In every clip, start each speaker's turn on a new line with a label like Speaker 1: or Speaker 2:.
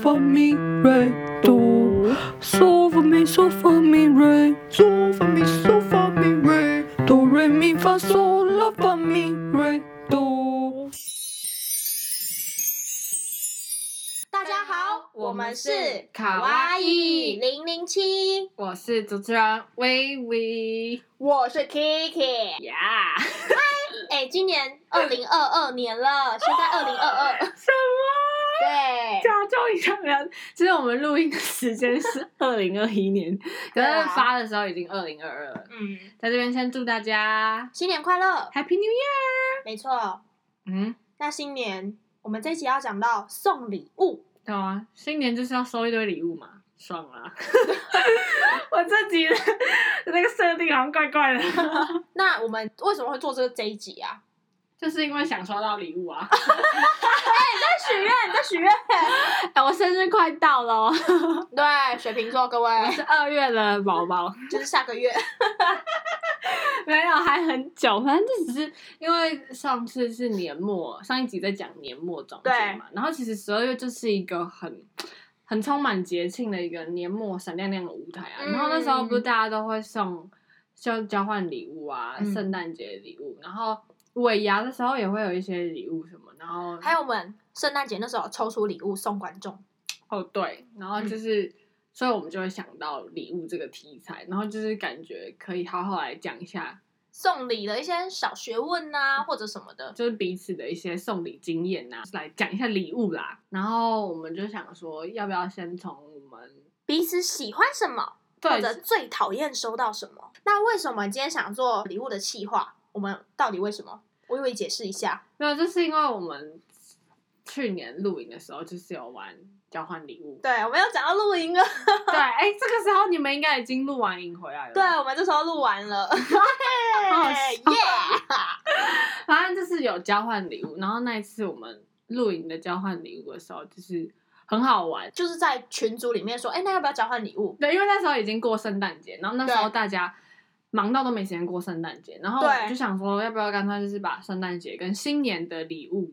Speaker 1: for me, re do. So for me, so for me, re. So for me, so for me, re. Do re mi fa sol la fa mi re do.
Speaker 2: 大家好，我们是
Speaker 3: 卡哇伊
Speaker 2: 零零七，
Speaker 3: 我是主持人微微
Speaker 2: 我是 Kiki。
Speaker 3: 呀。
Speaker 2: 哎、今年二零二二年 了，现在二零二二，
Speaker 3: 什么？
Speaker 2: 对，
Speaker 3: 假装一下人，其实我们录音的时间 是二零二一年，可
Speaker 2: 对
Speaker 3: 是
Speaker 2: 啊
Speaker 3: 发的时候已经二零二二了。
Speaker 2: 嗯，
Speaker 3: 在这边先祝大家
Speaker 2: 新年快乐，
Speaker 3: Happy New Year！
Speaker 2: 没错。
Speaker 3: 嗯，
Speaker 2: 那新年我们这一集要讲到送礼物，
Speaker 3: 懂啊，新年就是要收一堆礼物嘛，爽啊啦！ 我自己的那个设定好像怪怪的，
Speaker 2: 那我们为什么会做这这一集啊？
Speaker 3: 就是因为想收到礼物啊。
Speaker 2: 在许愿，在许愿。
Speaker 3: 哎， 我生日快到了哦，
Speaker 2: 对，水瓶座各 位，
Speaker 3: 我是二月的宝宝。
Speaker 2: 就是下个月，
Speaker 3: 没有，还很久。反正就只是因为上次是年末，上一集在讲年末总结嘛。然后其实十二月就是一个很很充满节庆的一个年末闪亮亮的舞台啊。
Speaker 2: 嗯
Speaker 3: 然后那时候不是大家都会送就交换礼物啊，
Speaker 2: 嗯
Speaker 3: 圣诞节礼物，然后尾牙的时候也会有一些礼物什么，然后
Speaker 2: 还有我们圣诞节那时候有抽出礼物送观众，
Speaker 3: 哦对，然后
Speaker 2: 嗯
Speaker 3: 就是。所以我们就会想到礼物这个题材，然后就是感觉可以好好来讲一下
Speaker 2: 送礼的一些小学问啊，或者什么的。
Speaker 3: 就是彼此的一些送礼经验呐、来讲一下礼物啦。然后我们就想说，要不要先从我们
Speaker 2: 彼此喜欢什么，或
Speaker 3: 对
Speaker 2: 者最讨厌收到什么。那为什么今天想做礼物的企划？我们到底为什么？微微解释一下。
Speaker 3: 没有，就是因为我们去年露营的时候，就是有玩交换礼物。
Speaker 2: 对，我们又讲到露营了。
Speaker 3: 对，哎、这个时候你们应该已经录完营回来了。
Speaker 2: 对，，我们这时候录完了。
Speaker 3: 好
Speaker 2: 耶
Speaker 3: 笑！反正就是有交换礼物。然后那一次我们露营的交换礼物的时候，就是很好玩。
Speaker 2: 就是在群组里面说，哎、那要不要交换礼物？
Speaker 3: 对，因为那时候已经过圣诞节，然后那时候
Speaker 2: 对
Speaker 3: 大家忙到都没时间过圣诞节，然后
Speaker 2: 对
Speaker 3: 就想说，要不要干脆就是把圣诞节跟新年的礼物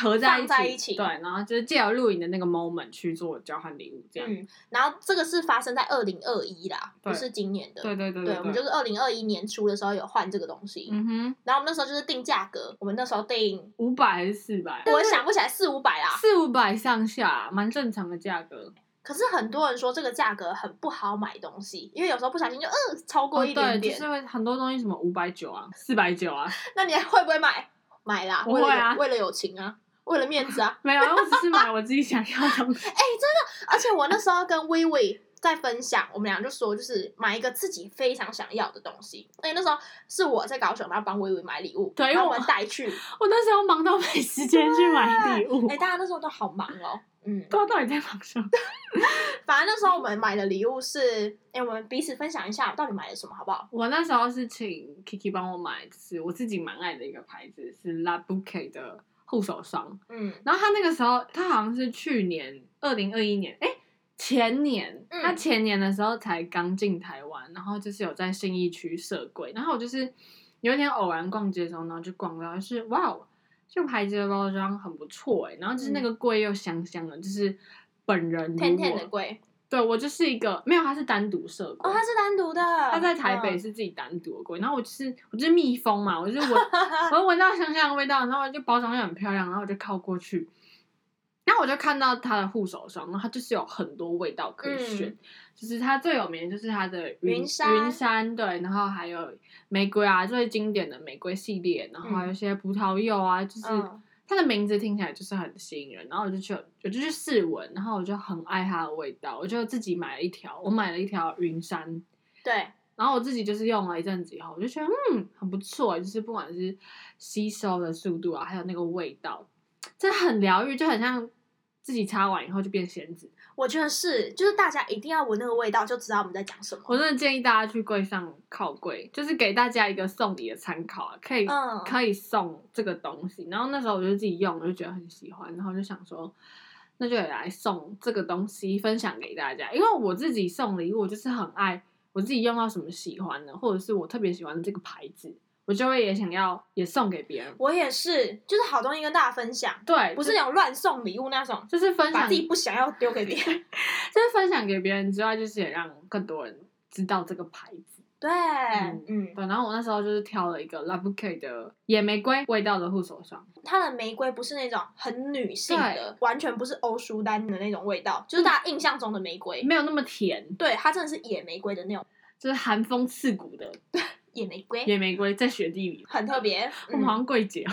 Speaker 3: 合在一起，
Speaker 2: 放在一起
Speaker 3: 对，然后就是借由录影的那个 moment 去做交换礼物，这样，
Speaker 2: 嗯，然后这个是发生在二零二一啦，
Speaker 3: 对
Speaker 2: 不是今年的。
Speaker 3: 对对对
Speaker 2: 对，我们就是二零二一年初的时候有换这个东西，
Speaker 3: 嗯哼，
Speaker 2: 然后我们那时候就是定价格，我们那时候定，
Speaker 3: 五百还是四百？啊
Speaker 2: 我想不起来四五百啦，啊
Speaker 3: 四五百上下，啊蛮正常的价格。
Speaker 2: 可是很多人说这个价格很不好买东西，因为有时候不小心就嗯超过
Speaker 3: 哦，
Speaker 2: 一点
Speaker 3: 对，就
Speaker 2: 点。
Speaker 3: 是会很多东西什么五百九啊、四百九啊，
Speaker 2: 那你还会不会买？买啦，
Speaker 3: 我
Speaker 2: 为了
Speaker 3: 会啊。
Speaker 2: 有为了友情啊，为了面子啊
Speaker 3: 没有，我只是买我自己想要的东西。
Speaker 2: 而且我那时候跟微微在分享，我们俩就说就是买一个自己非常想要的东西。而且那时候是我在高雄，然后帮微微买礼物，
Speaker 3: 对因为
Speaker 2: 然后
Speaker 3: 我
Speaker 2: 我们带 去。
Speaker 3: 我那时候忙到没时间去买礼物，
Speaker 2: 哎、大家那时候都好忙哦。嗯，
Speaker 3: 不知道到底在忙什么。
Speaker 2: 反正那时候我们买的礼物是，哎、我们彼此分享一下到底买了什么，好不好？
Speaker 3: 我那时候是请 Kiki 帮我买，就是我自己蛮爱的一个牌子，是 La Bouquet 的护手霜。
Speaker 2: 嗯，
Speaker 3: 然后他那个时候，他好像是去年二零二一年，哎、前年，
Speaker 2: 嗯
Speaker 3: 他前年的时候才刚进台湾，然后就是有在信义区设柜，然后我就是有一天偶然逛街的时候，然后就逛到就是哇哦，这个牌子的包装很不错哎、然后就是那个柜又香香的，就是本人如
Speaker 2: 天
Speaker 3: 果
Speaker 2: 嗯天的贵
Speaker 3: 对嗯我就是一个没有，它是单独设柜
Speaker 2: 哦，它是单独的，嗯
Speaker 3: 他
Speaker 2: 它
Speaker 3: 在台北是自己单独的柜，然后我就是我就是蜜蜂嘛，我 就是闻我就闻到香香的味道，然后我就包装又很漂亮，然后我就靠过去，然后我就看到它的护手霜，然后它就是有很多味道可以选，
Speaker 2: 嗯
Speaker 3: 就是它最有名的就是它的
Speaker 2: 云
Speaker 3: 云
Speaker 2: 杉
Speaker 3: 云杉对，然后还有玫瑰啊，最经典的玫瑰系列，然后还有一些葡萄柚啊，就是。
Speaker 2: 嗯
Speaker 3: 它的名字听起来就是很吸引人，然后我就去，我就去试闻，然后我就很爱它的味道，我就自己买了一条，我买了一条云杉
Speaker 2: 对，
Speaker 3: 然后我自己就是用了一阵子以后，我就觉得嗯很不错，就是不管是吸收的速度啊，还有那个味道，真的很疗愈，就很像自己擦完以后就变仙子。
Speaker 2: 我觉得是，就是大家一定要闻那个味道，就知道我们在讲什么。
Speaker 3: 我真的建议大家去柜上靠柜，就是给大家一个送礼的参考啊，可以、
Speaker 2: 嗯
Speaker 3: 可以送这个东西。然后那时候我就自己用，我就觉得很喜欢，然后我就想说，那就也来送这个东西分享给大家。因为我自己送礼物，我就是很爱我自己用到什么喜欢的，或者是我特别喜欢这个牌子，我就会也想要也送给别人。
Speaker 2: 我也是，就是好东西跟大家分享，
Speaker 3: 对，
Speaker 2: 不是
Speaker 3: 就
Speaker 2: 那种乱送礼物那种，
Speaker 3: 就是分
Speaker 2: 把
Speaker 3: 享
Speaker 2: 自己不想要丢给别人。
Speaker 3: 就是分享给别人之外，就是也让更多人知道这个牌子。
Speaker 2: 对，嗯，
Speaker 3: 对，然后我那时候就是挑了一个 l a b u k 的野玫瑰味道的护手霜，
Speaker 2: 它的玫瑰不是那种很女性
Speaker 3: 对
Speaker 2: 的，完全不是欧舒丹的那种味道，就是大家印象中的玫瑰。
Speaker 3: 没有那么甜，
Speaker 2: 对，它真的是野玫瑰的那种
Speaker 3: 就是寒风刺骨的
Speaker 2: 野玫瑰，
Speaker 3: 野玫瑰，在雪地里。
Speaker 2: 很特别。
Speaker 3: 我们好
Speaker 2: 嗯，
Speaker 3: 像柜姐，哦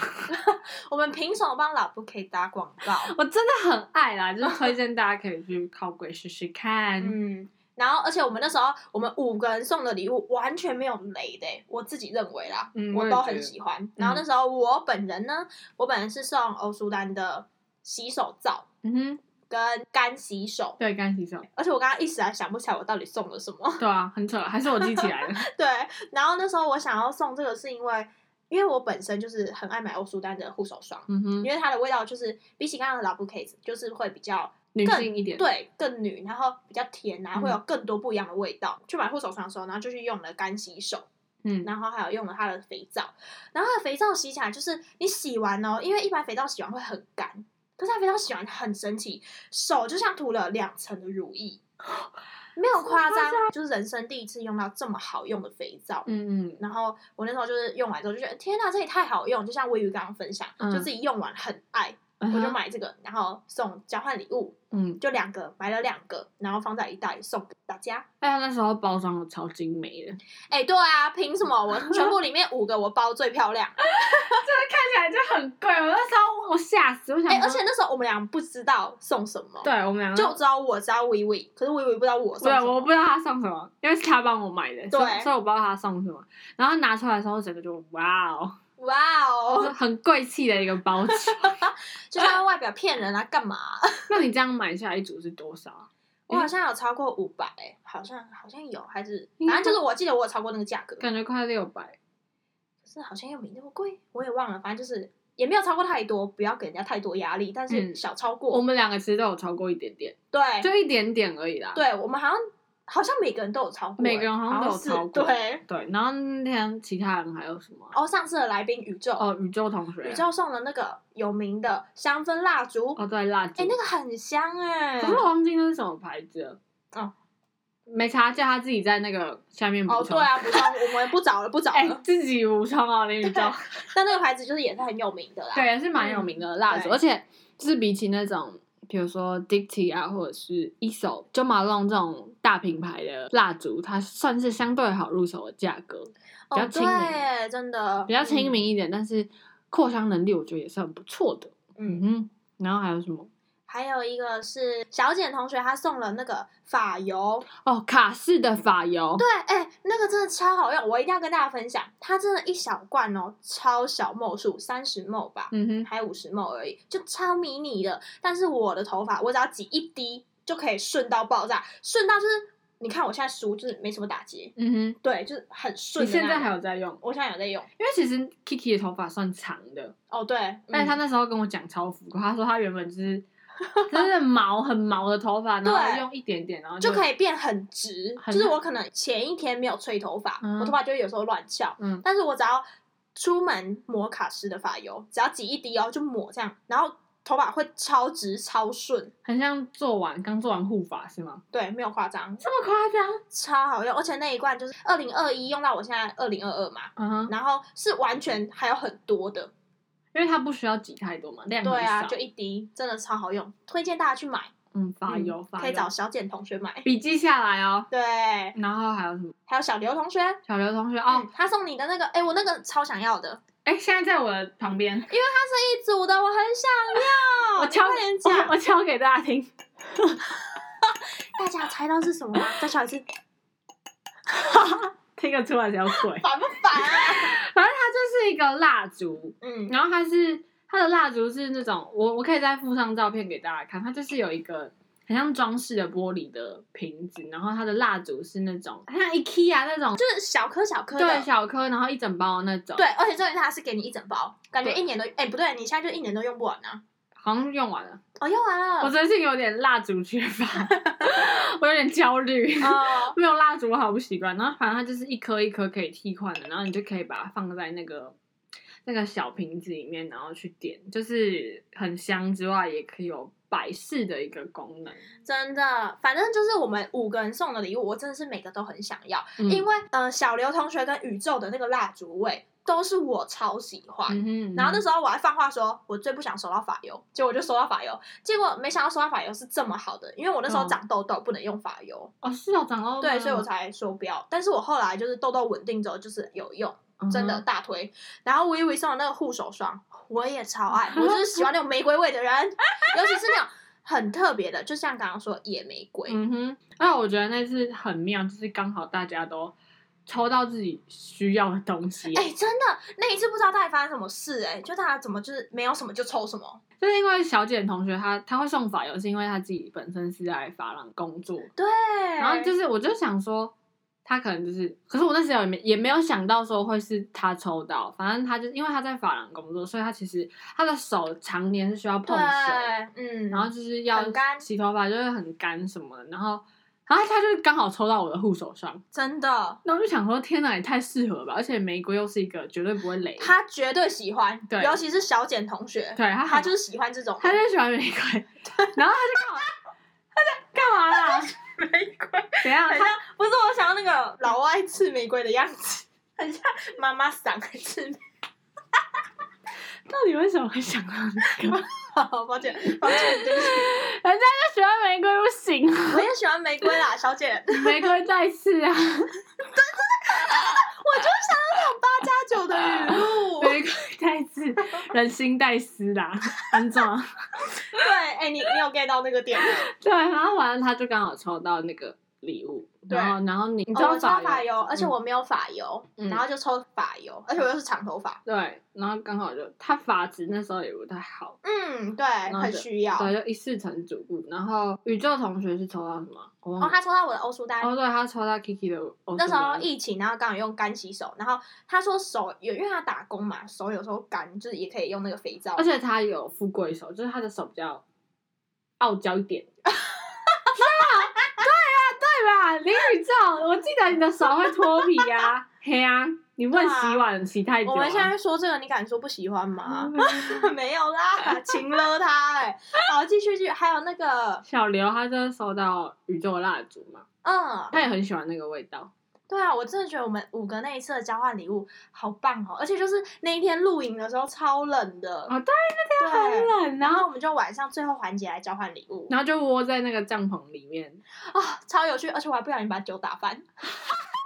Speaker 2: 我们凭什么帮老布 K 打广告？
Speaker 3: 我真的很爱啦，就是推荐大家可以去靠柜试试看。
Speaker 2: 嗯，然后而且我们那时候我们五个人送的礼物完全没有雷的欸、我自己认为啦，
Speaker 3: 嗯我
Speaker 2: 我
Speaker 3: 嗯也
Speaker 2: 都
Speaker 3: 觉
Speaker 2: 很
Speaker 3: 得
Speaker 2: 喜欢。然后那时候我本人呢，我本人是送欧舒丹的洗手皂
Speaker 3: 嗯哼，
Speaker 2: 跟干洗手，
Speaker 3: 对，干洗手，
Speaker 2: 而且我刚刚一时还想不起来我到底送了什么。
Speaker 3: 对啊，很扯，还是我记起来了。
Speaker 2: 对，然后那时候我想要送这个是因为，因为我本身就是很爱买欧舒丹的护手霜。
Speaker 3: 嗯哼
Speaker 2: 因，为它的味道就是比起刚刚的老布 case，就是会比较
Speaker 3: 女
Speaker 2: 更
Speaker 3: 性一点，
Speaker 2: 对，更女，然后比较甜啊，
Speaker 3: 嗯
Speaker 2: 会有更多不一样的味道。去买护手霜的时候，然后就去用了干洗手，
Speaker 3: 嗯，
Speaker 2: 然后还有用了它的肥皂。然后它的肥皂洗起来，就是你洗完哦，因为一般肥皂洗完会很干，可是它肥皂洗完很神奇，手就像涂了两层的 乳液，没有夸张，就是人生第一次用到这么好用的肥皂。
Speaker 3: 啊嗯嗯，
Speaker 2: 然后我那时候就是用完之后就觉得天呐，这也太好用！就像微雨刚刚分享，
Speaker 3: 嗯
Speaker 2: 就自己用完很爱，
Speaker 3: 嗯
Speaker 2: 我就
Speaker 3: 哼，
Speaker 2: 买这个，然后送交换礼物，
Speaker 3: 嗯，
Speaker 2: 就两个，买了两个，然后放在一袋送给大家。
Speaker 3: 哎，它那时候包装的超精美的，看
Speaker 2: 哎、对啊，凭什么我全部里面五个我包最 漂亮？
Speaker 3: 起来就很贵。我那时候我吓死，我想
Speaker 2: 哎、
Speaker 3: 说，
Speaker 2: 而且那时候我们俩不知道送什么，
Speaker 3: 对我们两个
Speaker 2: 就只有我知道微微，可是微微不知道我送
Speaker 3: 对，啊
Speaker 2: 什么。
Speaker 3: 我不知道他送什么，因为是他帮我买的，所以
Speaker 2: 对
Speaker 3: 所以我不知道他送什么。然后拿出来的时候，整个就哇 哦，
Speaker 2: 哇
Speaker 3: 就是
Speaker 2: 哦，
Speaker 3: 很贵气的一个包 装。
Speaker 2: 就像外表骗人啊， 干嘛啊、
Speaker 3: 那你这样买下来一组是多少啊？
Speaker 2: 我好像有超过五百、好像好像有，还是
Speaker 3: 应该
Speaker 2: 反正就是我记得我有超过那个价格，可
Speaker 3: 感觉快六百。
Speaker 2: 是好像又没那么贵，我也忘了，反正就是也没有超过太多，不要给人家太多压力，但是
Speaker 3: 嗯
Speaker 2: 小超过，
Speaker 3: 我们两个其实都有超过一点点，
Speaker 2: 对
Speaker 3: 就一点点而已啦。
Speaker 2: 对，我们好像好像每个人都有超过欸，
Speaker 3: 每个人好像都有
Speaker 2: 是
Speaker 3: 超过
Speaker 2: 对，
Speaker 3: 对，然后那天其他人还有什么啊？
Speaker 2: 哦，上次的来宾宇宙，
Speaker 3: 哦，宇宙同学，
Speaker 2: 宇宙送了那个有名的香氛蜡烛，
Speaker 3: 哦，对，辣椒。
Speaker 2: 哎，那个很香哎
Speaker 3: 可是，我忘记那是什么牌子了。
Speaker 2: 哦，
Speaker 3: 没查，叫他自己在那个下面补
Speaker 2: 哦，
Speaker 3: 充。
Speaker 2: 对，啊，不送，我们不找了，不找
Speaker 3: 哎、
Speaker 2: 了。
Speaker 3: 自己补充哦，林宇宙。
Speaker 2: 但那个牌子就是也是很有名的啦，
Speaker 3: 对，是蛮有名的蜡烛，
Speaker 2: 嗯对
Speaker 3: 而且就是比起那种，比如说 Dicty 啊，或者是 e s o Jo Malone 这种大品牌的蜡烛，它算是相对好入手的价格，比较
Speaker 2: 哦，
Speaker 3: 亲民，
Speaker 2: 对，真的嗯
Speaker 3: 比较亲，民一点，但是扩香能力我觉得也是很不错的。嗯
Speaker 2: 嗯嗯。
Speaker 3: 哼，然后还有什么？
Speaker 2: 还有一个是小简同学，她送了那个发油，
Speaker 3: 哦，卡式的发油，
Speaker 2: 对，哎、那个真的超好用，我一定要跟大家分享。它真的，一小罐哦，超小沫数，三十沫吧，
Speaker 3: 嗯哼，
Speaker 2: 还五十沫而已，就超迷你的。但是我的头发，我只要挤一滴就可以顺到爆炸，顺到就是，你看我现在梳就是没什么打结，
Speaker 3: 嗯
Speaker 2: 对，就是很
Speaker 3: 哼，
Speaker 2: 顺
Speaker 3: 你
Speaker 2: 的那
Speaker 3: 现
Speaker 2: 种。
Speaker 3: 在还有在用？
Speaker 2: 我现在有在用。
Speaker 3: 因为其实 Kiki 的头发算长的，
Speaker 2: 哦，对，
Speaker 3: 但是他
Speaker 2: 嗯、
Speaker 3: 那时候跟我讲超浮夸，他说他原本就是 真的毛很毛的头发，然后
Speaker 2: 对
Speaker 3: 用一点点，然后
Speaker 2: 就可以变很直，
Speaker 3: 很
Speaker 2: 就是我可能前一天没有吹头发，
Speaker 3: 嗯
Speaker 2: 我头发就会有时候乱翘，
Speaker 3: 嗯
Speaker 2: 但是我只要出门抹卡诗的发油，只要挤一滴哦，就抹这样，然后头发会超直超顺，
Speaker 3: 很像做完刚做完护发是吗？
Speaker 2: 对，没有夸张，
Speaker 3: 这么夸张？
Speaker 2: 超好用，而且那一罐就是二零二一用到我现在二零二二嘛，
Speaker 3: 嗯哼，
Speaker 2: 然后是完全还有很多的，
Speaker 3: 因为它不需要挤太多嘛，量很
Speaker 2: 对啊，
Speaker 3: 少
Speaker 2: 就一滴，真的超好用，推荐大家去买，
Speaker 3: 嗯发油
Speaker 2: 嗯
Speaker 3: 发油，
Speaker 2: 可以找小简同学买，
Speaker 3: 笔记下来哦。
Speaker 2: 对，
Speaker 3: 然后还有什么？
Speaker 2: 还有小刘同学。
Speaker 3: 小刘同学哦
Speaker 2: 嗯，，他送你的那个，哎、我那个超想要的，
Speaker 3: 哎、现在在我的旁边，
Speaker 2: 一组的，我很想 要。
Speaker 3: 我
Speaker 2: 你
Speaker 3: 敲
Speaker 2: 快点
Speaker 3: 我
Speaker 2: 讲，
Speaker 3: 我敲给大家听，
Speaker 2: 大家猜到是什 么吗？再敲一次，
Speaker 3: 听个出来小鬼。
Speaker 2: 烦不烦 啊？
Speaker 3: 反正它就是一个蜡烛，
Speaker 2: 嗯，
Speaker 3: 然后它是它的蜡烛是那种，我我可以再附上照片给大家看，它就是有一个很像装饰的玻璃的瓶子，然后它的蜡烛是那种很像 IKEA 那种，
Speaker 2: 就是小颗小颗的。
Speaker 3: 对小颗，然后一整包的那种，
Speaker 2: 对，而且重点是它是给你一整包，感觉
Speaker 3: 对
Speaker 2: 一年都，哎、不对，你现在就一年都用不完啊。
Speaker 3: 好像用完了。
Speaker 2: 哦，用完了，
Speaker 3: 我最近有点蜡烛缺 乏，我有点焦虑。
Speaker 2: 哦，
Speaker 3: 没有蜡烛我好不习惯，然后反正它就是一颗一颗可以替换的，然后你就可以把它放在那个那个小瓶子里面，然后去点，就是很香之外，也可以有摆饰的一个功能。
Speaker 2: 真的，反正就是我们五个人送的礼物，我真的是每个都很想要，
Speaker 3: 嗯
Speaker 2: 因为呃，小刘同学跟宇宙的那个蜡烛味都是我超喜欢。
Speaker 3: 嗯哼
Speaker 2: 然后那时候我还放话说，我最不想收到发油，结果我就收到发油，结果没想到收到发油是这么好的，因为我那时候
Speaker 3: 嗯
Speaker 2: 长痘痘、不能用发油，
Speaker 3: 哦是哦，长到
Speaker 2: 对，所以我才说不要。但是我后来就是痘痘稳定之后，就是有用，
Speaker 3: 嗯
Speaker 2: 真的大推。然后 Vivi 送的那个护手霜，我也超爱，我就是喜欢那种玫瑰味的人， 尤其是那种很特别的，就像刚刚说野玫瑰，
Speaker 3: 嗯哼，啊，我觉得那次很妙，就是刚好大家都抽到自己需要的东西。啊
Speaker 2: 哎、真的那一次不知道到底发生什么事、哎，就大家怎么就是没有什么就抽什么，
Speaker 3: 就是因为小简同学她她会送发油，是因为她自己本身是在发廊工作，
Speaker 2: 对，
Speaker 3: 然后就是是我就想说，她可能就是，可是我那时候也没也没有想到说会是她抽到，反正她就因为她在发廊工作，所以她其实她的手常年是需要碰水，
Speaker 2: 对，嗯，
Speaker 3: 然后就是要
Speaker 2: 很干
Speaker 3: 洗头发就会很干什么的，然后然后她就刚好抽到我的护手霜，
Speaker 2: 真的，
Speaker 3: 那我就想说天哪，也太适合了吧，而且玫瑰又是一个绝对不会累的，
Speaker 2: 他绝对喜欢，
Speaker 3: 对
Speaker 2: 尤其是小简同学，
Speaker 3: 对她
Speaker 2: 他
Speaker 3: 很
Speaker 2: 就是喜欢这种
Speaker 3: 她就喜欢玫 瑰，然后她就干嘛她在干嘛啦？
Speaker 2: 玫瑰，
Speaker 3: 怎 样？
Speaker 2: 很
Speaker 3: 她
Speaker 2: 像不是我想要那个老外吃玫瑰的样子，很像妈妈嗓吃 玫瑰。
Speaker 3: 到底为什么会想到那个？
Speaker 2: 好，抱歉，抱歉，对不起。
Speaker 3: 人家就喜欢玫瑰不行 啊
Speaker 2: 我也喜欢玫瑰啦，小 姐。
Speaker 3: 玫瑰再次啊，
Speaker 2: 我就想要那种八加九的语录。
Speaker 3: 玫瑰再 次，人心带丝啦，安总。
Speaker 2: 对，哎、你你有 get 到那个点吗？
Speaker 3: 对，然后完了他就刚好抽到那个礼物，
Speaker 2: 对
Speaker 3: 然后然后你你
Speaker 2: 哦我知道
Speaker 3: 法
Speaker 2: 发
Speaker 3: 油，
Speaker 2: 油，而且我没有发油，
Speaker 3: 嗯
Speaker 2: 然后就抽发油，而且我又是长头发。
Speaker 3: 对，然后刚好就他发质那时候也不太好，
Speaker 2: 嗯，对，
Speaker 3: 后
Speaker 2: 很
Speaker 3: 就
Speaker 2: 需要。
Speaker 3: 对，就一试成主顾。然后宇宙同学是抽到什么？我忘
Speaker 2: 哦，
Speaker 3: 了。
Speaker 2: 他抽到我的欧舒丹。
Speaker 3: 哦，对，他抽到 Kiki 的哦欧舒丹。
Speaker 2: 那时候疫情，然后刚好用干洗手，然后他说手有，因为他打工嘛，手有时候干，就是也可以用那个肥皂
Speaker 3: 而。且他有富贵手，就是他的手比较傲娇一 点。啊对啊，对啊，对吧？林宇宙，我记得你的手会脱皮啊，黑啊，你问洗碗洗太久、嗯啊。
Speaker 2: 我们现在说这个，你敢说不喜欢吗？ 没有啦，情了他 哎、好，继续继续，还有那个，
Speaker 3: 小刘他就收到宇宙蜡烛嘛，
Speaker 2: 嗯，
Speaker 3: 他也很喜欢那个味道。
Speaker 2: 对啊，我真的觉得我们五个那一次的交换礼物好棒哦，而且就是那一天露营的时候超冷的，
Speaker 3: 哦
Speaker 2: 对
Speaker 3: 很冷，然
Speaker 2: 然后
Speaker 3: 后
Speaker 2: 我们就晚上最后环节来交换礼物啊、啊
Speaker 3: 然后就窝在那个帐篷里面。
Speaker 2: 超有趣，而且我还不小心把酒打翻，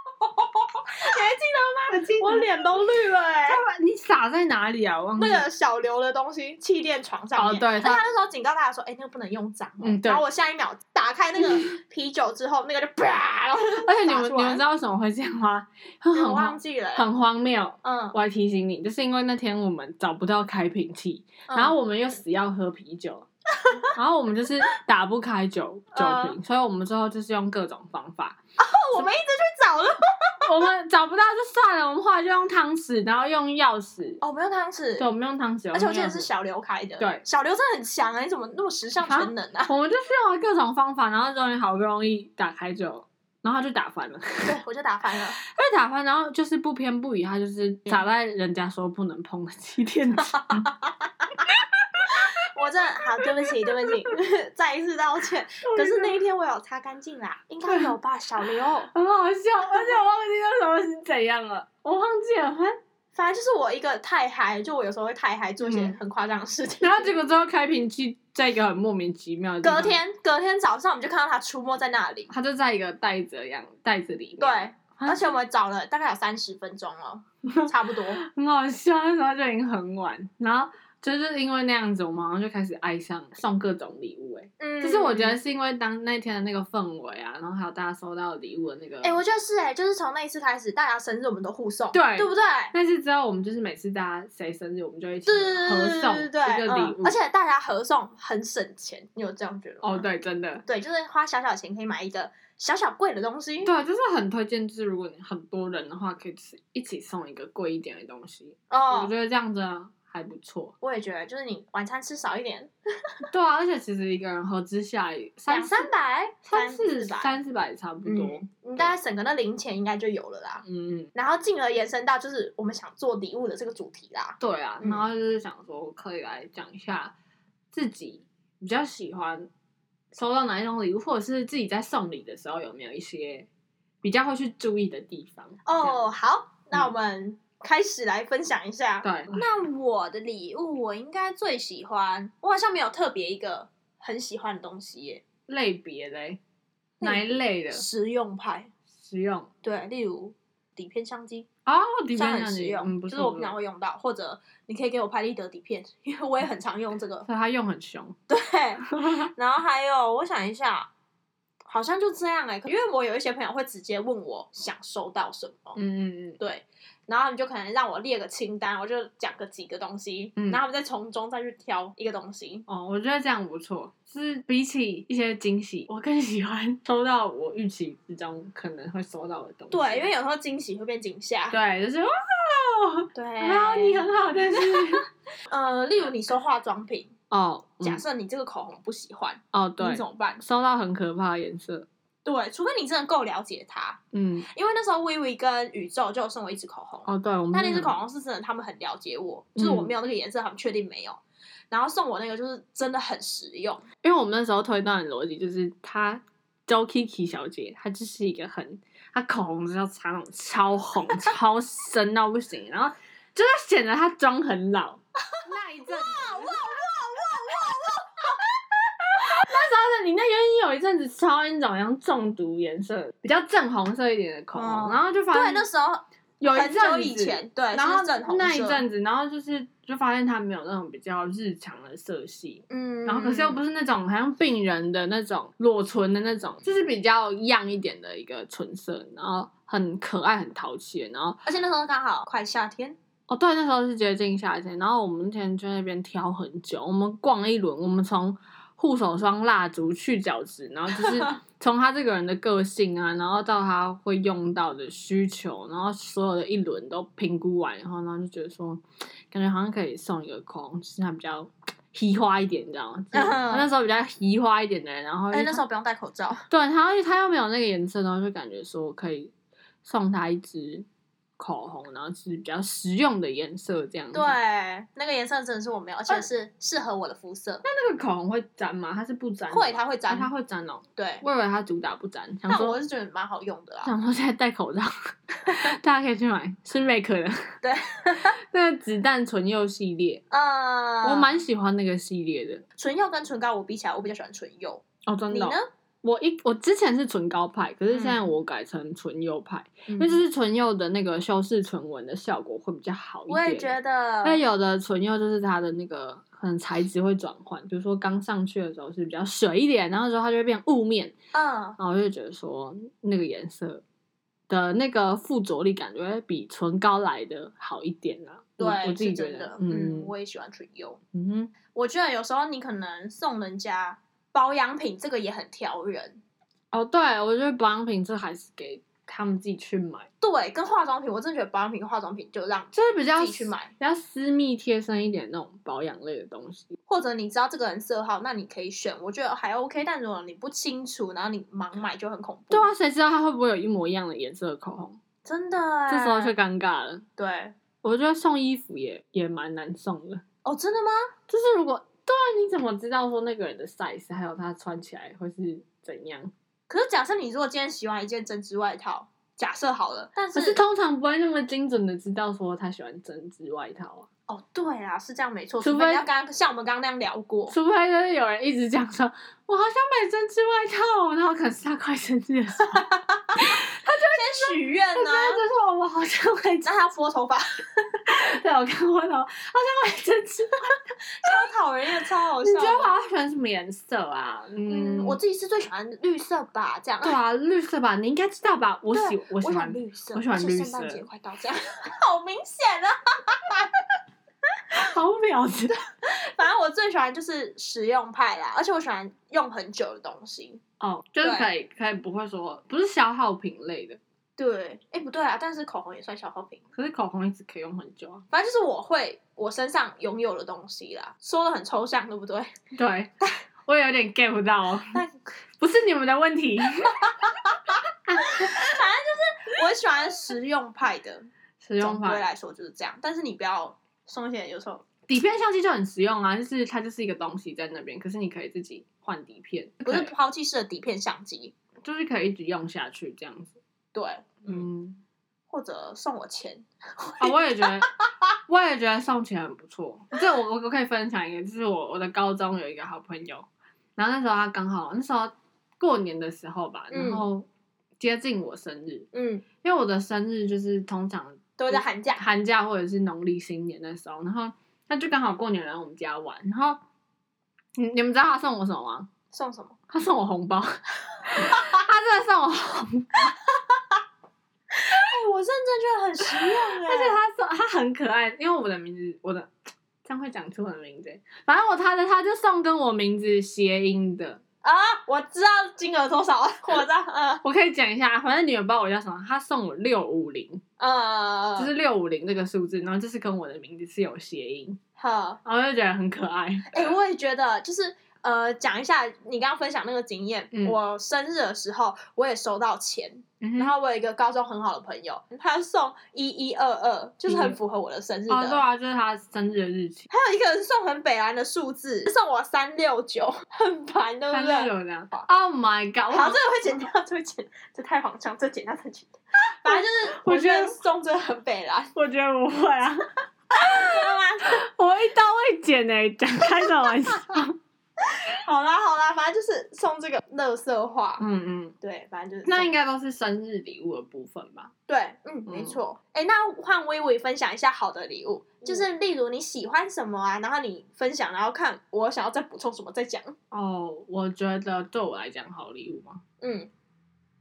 Speaker 2: 你还记得吗？我脸都绿了哎、
Speaker 3: 他把你撒在哪里啊？我忘记
Speaker 2: 那。个小刘的东西，气垫床上面。
Speaker 3: 哦对
Speaker 2: 而且
Speaker 3: 他
Speaker 2: 他那时候警告大家说：“哎、那个不能用脏、哦。
Speaker 3: 嗯对
Speaker 2: 然后我下一秒打开 那个啤酒之后，那个就啪，然后
Speaker 3: 而且你们
Speaker 2: 撒出
Speaker 3: 你
Speaker 2: 来
Speaker 3: 们知道为什么会这样吗？ 很
Speaker 2: 我忘
Speaker 3: 荒
Speaker 2: 记了。
Speaker 3: 很荒谬。
Speaker 2: 嗯，
Speaker 3: 我还提醒你，就是因为那天我们找不到开瓶器，然后
Speaker 2: 我
Speaker 3: 我们又死要喝啤 酒，然后我们就是打不开酒
Speaker 2: 嗯
Speaker 3: 酒瓶，所以我们最后就是用各种方法，
Speaker 2: 我们一直去找了。
Speaker 3: 我们找不到就算了，我们后来就用汤匙，然后用钥匙，
Speaker 2: 哦，没有汤匙
Speaker 3: 对，。我们用汤匙，
Speaker 2: 而且我记
Speaker 3: 用钥
Speaker 2: 得
Speaker 3: 匙
Speaker 2: 是，小刘开的。
Speaker 3: 对
Speaker 2: 小刘真的很强啊！你怎么那么时尚全能啊？
Speaker 3: 我们就是用了各种方法，然后终于好不容易打开酒。然后他就打翻了，
Speaker 2: 对，我就打翻了。
Speaker 3: 被打翻，然后就是不偏不倚，他就是
Speaker 2: 嗯
Speaker 3: 打在人家说不能碰的气垫上。
Speaker 2: 我真的好，对不起， 对不起，再一次道歉。可是那一天我有擦干净啦，应该有吧，小刘。
Speaker 3: 很好笑，而且我忘记那时候是怎样了，我忘记了，反正
Speaker 2: 反正就是我一个太嗨，就我有时候会太嗨，做一些
Speaker 3: 嗯
Speaker 2: 很夸张的事情。
Speaker 3: 然后结果最后开瓶器在一个很莫名其妙的地
Speaker 2: 隔
Speaker 3: 方，
Speaker 2: 天，隔天早上我们就看到他出没在那里。
Speaker 3: 他就在一个袋子的样袋子里面，
Speaker 2: 对，，而且我们找了大概有三十分钟哦，差不多。
Speaker 3: 很好笑。那时候就已经很晚，然后就是因为那样子，我们好像就开始爱上送各种礼物、欸，哎、
Speaker 2: 嗯，
Speaker 3: 就是我觉得，是因为当那天的那个氛围啊，然后还有大家收到礼物的那个，
Speaker 2: 哎、我觉得是哎、就是从那一次开始，大家生日我们都互送，
Speaker 3: 对
Speaker 2: 对不对？
Speaker 3: 但是之后我们就是每次大家谁生日，我们就一起
Speaker 2: 对对
Speaker 3: 合
Speaker 2: 对
Speaker 3: 送
Speaker 2: 对对
Speaker 3: 一
Speaker 2: 对，
Speaker 3: 个礼
Speaker 2: 嗯
Speaker 3: 物，
Speaker 2: 而且大家合送很省钱，你有这样觉得吗？
Speaker 3: 哦，对，真的。
Speaker 2: 对，就是花小小钱可以买一个小小贵的东西。
Speaker 3: 对，就是很推荐，就是如果你很多人的话，可以一起送一个贵一点的东西。我
Speaker 2: 哦
Speaker 3: 觉，得这样子还不错。
Speaker 2: 我也觉得，就是你晚餐吃少一点，
Speaker 3: 对啊，而且其实一个人合资下来
Speaker 2: 两
Speaker 3: 三四
Speaker 2: 三百、
Speaker 3: 三
Speaker 2: 四
Speaker 3: 四
Speaker 2: 百，
Speaker 3: 三四百差不多。
Speaker 2: 嗯你大概省个那零钱应该就有了啦。
Speaker 3: 嗯嗯，
Speaker 2: 然后进而延伸到就是我们想做礼物的这个主题啦。
Speaker 3: 对啊，
Speaker 2: 嗯
Speaker 3: 然后就是想说可以来讲一下自己比较喜欢收到哪一种礼物，或者是自己在送礼的时候有没有一些比较会去注意的地方。
Speaker 2: 哦，好，那我们开始来分享一下。
Speaker 3: 这嗯样，对，
Speaker 2: 那我的礼物，我应该最喜欢，我好像没有特别一个很喜欢的东西耶，
Speaker 3: 类别嘞，
Speaker 2: 类
Speaker 3: 哪一类的
Speaker 2: 实用派。
Speaker 3: 实用？
Speaker 2: 对，例如底片相机，
Speaker 3: 哦，底
Speaker 2: 这样
Speaker 3: 片相
Speaker 2: 很实
Speaker 3: 机，
Speaker 2: 用，
Speaker 3: 嗯，不
Speaker 2: 就是是我平常会用到，或者你可以给我拍立得底片，因为我也很常用这个。
Speaker 3: 所以他用很凶，
Speaker 2: 对，然后还有我想一下，好像就这样哎、因为我有一些朋友会直接问我想收到什么，
Speaker 3: 嗯嗯
Speaker 2: 对，然后你就可能让我列个清单，我就讲个几个东西，
Speaker 3: 嗯
Speaker 2: 然后我再从中再去挑一个东西。
Speaker 3: 哦，我觉得这样不错。就是比起一些惊喜，我更喜欢 收到我预期之中可能会收到的东西。
Speaker 2: 对，因为有时候惊喜会变惊吓。
Speaker 3: 对，就是哇，
Speaker 2: 对，
Speaker 3: 啊，你很好， 但是
Speaker 2: 呃，例如你收化妆品，
Speaker 3: 哦，嗯
Speaker 2: 假设你这个口红不喜欢，
Speaker 3: 哦，
Speaker 2: 你
Speaker 3: 对
Speaker 2: 怎，么办？
Speaker 3: 收到很可怕的颜色，
Speaker 2: 对，除非你真的够了解它，
Speaker 3: 嗯，
Speaker 2: 因为那时候微微跟宇宙就有送我一支口红，
Speaker 3: 哦，对，我们
Speaker 2: 但那
Speaker 3: 真
Speaker 2: 支
Speaker 3: 的
Speaker 2: 口红是真的，他们很了解我，就是我
Speaker 3: 嗯
Speaker 2: 没有那个颜色，他们确定没有。然后送我那个就是真的很实用，
Speaker 3: 因为我们那时候推断的逻辑就是，她周 Kiki 小姐，她就是一个很，她口红是要擦那种超红、超深到不行，然后就是显得她妆很老。那一阵子， 那时候的你那原因有一阵子超那种像中毒颜色，比较正红色一点的口红，
Speaker 2: 哦
Speaker 3: 然后就发
Speaker 2: 对，
Speaker 3: 现
Speaker 2: 那时候
Speaker 3: 有一
Speaker 2: 很
Speaker 3: 阵子
Speaker 2: 久以前，对，
Speaker 3: 然后
Speaker 2: 是正红
Speaker 3: 那一
Speaker 2: 色
Speaker 3: 阵子，然后就是就发现她没有那种比较日常的色系，
Speaker 2: 嗯，
Speaker 3: 然后可是又不是那种好像病人的那种裸唇的那种，就是比较样一点的一个唇色，然后很可爱很淘气的，然后
Speaker 2: 而且那时候刚好快夏天，
Speaker 3: 哦对，那时候是接近夏天，然后我们那天去那边挑很久，我们逛了一轮，我们从护手霜、蜡烛、去角质，然后就是从他这个人的个性啊，然后到他会用到的需求，然后所有的一轮都评估完以后，然后就觉得说，感觉好像可以送一个口红，就是他比较嘻花一点，你知道吗？就是他那时候比较嘻花哦一点哦的人，然后
Speaker 2: 而且哎那时候不用戴口罩，
Speaker 3: 对，他他又没有那个颜色，然后就感觉说可以送他一支口红，然后是比较实用的颜色这样子。
Speaker 2: 对，那个颜色真的是我没有，而
Speaker 3: 哦
Speaker 2: 且是适合我的肤色，
Speaker 3: 那个口红会粘吗？它是不粘的？
Speaker 2: 会它会
Speaker 3: 啊
Speaker 2: 粘，
Speaker 3: 它会粘哦。
Speaker 2: 对，
Speaker 3: 我以为它主打不粘，想
Speaker 2: 但
Speaker 3: 说
Speaker 2: 我是觉得蛮好用的啦，
Speaker 3: 想说现在戴口罩， 大家可以去买，是 MAC 的。
Speaker 2: 对，
Speaker 3: 那个子弹唇釉系列，
Speaker 2: 嗯，
Speaker 3: 我蛮喜欢那个系列的。
Speaker 2: 唇釉跟唇膏我比起来，我比较喜欢唇釉，
Speaker 3: 哦，真
Speaker 2: 你
Speaker 3: 的哦、
Speaker 2: 呢？
Speaker 3: 我一我之前是唇膏派，可是现在
Speaker 2: 嗯
Speaker 3: 我改成唇釉派，
Speaker 2: 因
Speaker 3: 因为就是唇釉的那个修饰唇纹的效果会比较好一点。
Speaker 2: 我也觉得，
Speaker 3: 那有的唇釉就是它的那个可能材质会转换，比如说刚上去的时候是比较水一点，然后之后它就会变雾面，
Speaker 2: 嗯，
Speaker 3: 然后我就觉得说那个颜色的那个附着力感觉会比唇膏来的好一点啦。我我
Speaker 2: 对，
Speaker 3: 自己
Speaker 2: 是
Speaker 3: 觉得
Speaker 2: 真的，，嗯，
Speaker 3: 嗯
Speaker 2: 我也喜欢唇釉。
Speaker 3: 嗯哼，
Speaker 2: 我觉得有时候你可能送人家保养品，这个也很挑人。
Speaker 3: 哦，对，我觉得保养品这还是给他们自己去买，
Speaker 2: 对，跟化妆品，我真的觉得保养品跟化妆品就让
Speaker 3: 就是比较
Speaker 2: 自己去买
Speaker 3: 比较私密贴身一点那种保养类的东西。
Speaker 2: 或者你知道这个人色号，那你可以选，我觉得还 OK。但如果你不清楚，然后你盲买就很恐怖。
Speaker 3: 对啊，谁知道它会不会有一模一样的颜色的口红？
Speaker 2: 真的欸。
Speaker 3: 这时候就尴尬了。
Speaker 2: 对
Speaker 3: 我觉得送衣服也也蛮难送的，
Speaker 2: 哦，真的吗？
Speaker 3: 就是如果对啊，你怎么知道说那个人的 size，还有他穿起来会是怎样？
Speaker 2: 可是假设你如果今天喜欢一件针织外套，假设好了，但
Speaker 3: 可
Speaker 2: 是
Speaker 3: 是通常不会那么精准的知道说他喜欢针织外套
Speaker 2: 哦，对啊，是这样没错，
Speaker 3: 除
Speaker 2: 除
Speaker 3: 非
Speaker 2: 非你要刚刚像我们刚刚那样聊
Speaker 3: 啊，
Speaker 2: 过，
Speaker 3: 除非就是有人一直讲说我好想买针织外套哦，然后可能是他快生日的时候，他
Speaker 2: 先许愿 啊
Speaker 3: 真
Speaker 2: 呢、
Speaker 3: 的就说我好
Speaker 2: 哦
Speaker 3: 想买针，
Speaker 2: 那他要拨头发，
Speaker 3: 对我看过哦了，好想买针织，
Speaker 2: 超讨人厌，超好
Speaker 3: 你
Speaker 2: 笑
Speaker 3: 觉
Speaker 2: 的。
Speaker 3: 得我要选什么颜色啊？
Speaker 2: 嗯，
Speaker 3: 嗯，
Speaker 2: 我自己是最喜欢绿色吧，这样。
Speaker 3: 对啊，绿色吧，你应该知道吧？我喜
Speaker 2: 我
Speaker 3: 我喜 欢
Speaker 2: 绿色，
Speaker 3: 我喜欢
Speaker 2: 而且
Speaker 3: 绿
Speaker 2: 圣诞
Speaker 3: 色
Speaker 2: 节快到，这样好明显啊！
Speaker 3: 好婊子，
Speaker 2: 反正我最喜欢就是实用派啦，而且我喜欢用很久的东西。
Speaker 3: 哦，就是
Speaker 2: 对
Speaker 3: 可以可以不会说不是消耗品类的，
Speaker 2: 对，哎、不对啊，但是口红也算消耗品。
Speaker 3: 可是口红一直可以用很久啊。
Speaker 2: 反正就是我会我身上拥有的东西啦，说的很抽象，对不 对？
Speaker 3: 对，我有点 get 不到哦，
Speaker 2: 但
Speaker 3: 不是你们的问 题。
Speaker 2: 我喜欢实用派的，
Speaker 3: 实用
Speaker 2: 总归
Speaker 3: 法，
Speaker 2: 来说就是这样。但是你不要松懈，有时候
Speaker 3: 底片相机就很实用啊，就是它就是一个东西在那边，可是你可以自己换底片，
Speaker 2: 不是
Speaker 3: 可以
Speaker 2: 抛弃式的底片相机，
Speaker 3: 就是可以一直用下去这样子。
Speaker 2: 对，
Speaker 3: 嗯，
Speaker 2: 或者送我钱，
Speaker 3: 啊，我也觉得，我也觉得送钱很不错。这我我我可以分享一个，就是我我的高中有一个好朋友，然后那时候他刚好那时候过年的时候吧，
Speaker 2: 嗯
Speaker 3: 然后接近我生日，
Speaker 2: 嗯，
Speaker 3: 因为我的生日就是通常
Speaker 2: 都会在寒假，
Speaker 3: 寒假或者是农历新年的时候，然后他就刚好过年来我们家玩，然后你你们知道他送我什么吗？
Speaker 2: 送什么？
Speaker 3: 他送我红包， 他真的送我红包，
Speaker 2: 哎、我认真觉得 很实用哎、
Speaker 3: 而且他送他很可爱，因为我的名字我的这样会讲出我的名字欸，反正我他的他就送跟我名字谐音的，
Speaker 2: 啊，我知道金额多少，我知道，嗯
Speaker 3: 我可以讲一下，反正你们不知道我叫什么，他送我六五零，
Speaker 2: 呃，
Speaker 3: 就是六五零这个数字，然后这是跟我的名字是有谐音，
Speaker 2: 好，
Speaker 3: 然后我就觉得很可爱，
Speaker 2: 哎、我也觉得就是。呃，讲一下你刚刚分享那个经验。
Speaker 3: 嗯
Speaker 2: 我生日的时候，我也收到钱，然
Speaker 3: 然
Speaker 2: 后我有一个高中很好的朋友，他送一一二二，就是很符合我的生日的。
Speaker 3: 哦对啊，就是他生日的日期。
Speaker 2: 还有一个人送很北蓝的数字，送我三六九，很烦，对
Speaker 3: 三
Speaker 2: 不
Speaker 3: 六
Speaker 2: 对？
Speaker 3: 九这样。Oh my god！
Speaker 2: 好，
Speaker 3: 我
Speaker 2: 这个会剪掉，这个会剪，这太荒腔，这剪掉，这 剪掉。反正就是，
Speaker 3: 我
Speaker 2: 我
Speaker 3: 觉
Speaker 2: 觉
Speaker 3: 得
Speaker 2: 得送这很北蓝，
Speaker 3: 我觉得我会 啊，
Speaker 2: 知道吗？
Speaker 3: 我一刀未剪哎、讲开什么玩笑？
Speaker 2: 好啦好啦，反正就是送这个乐色话。
Speaker 3: 嗯嗯，
Speaker 2: 对，反正就是
Speaker 3: 那
Speaker 2: 送
Speaker 3: 应该都是生日礼物的部分吧？
Speaker 2: 对，嗯，没
Speaker 3: 嗯
Speaker 2: 错。哎、那换微微分享一下好的礼物，就是例如你喜欢什么啊，然后你分享，然后看我想要再补充什么再讲。
Speaker 3: 哦、我觉得对我来讲好礼物嘛，
Speaker 2: 嗯，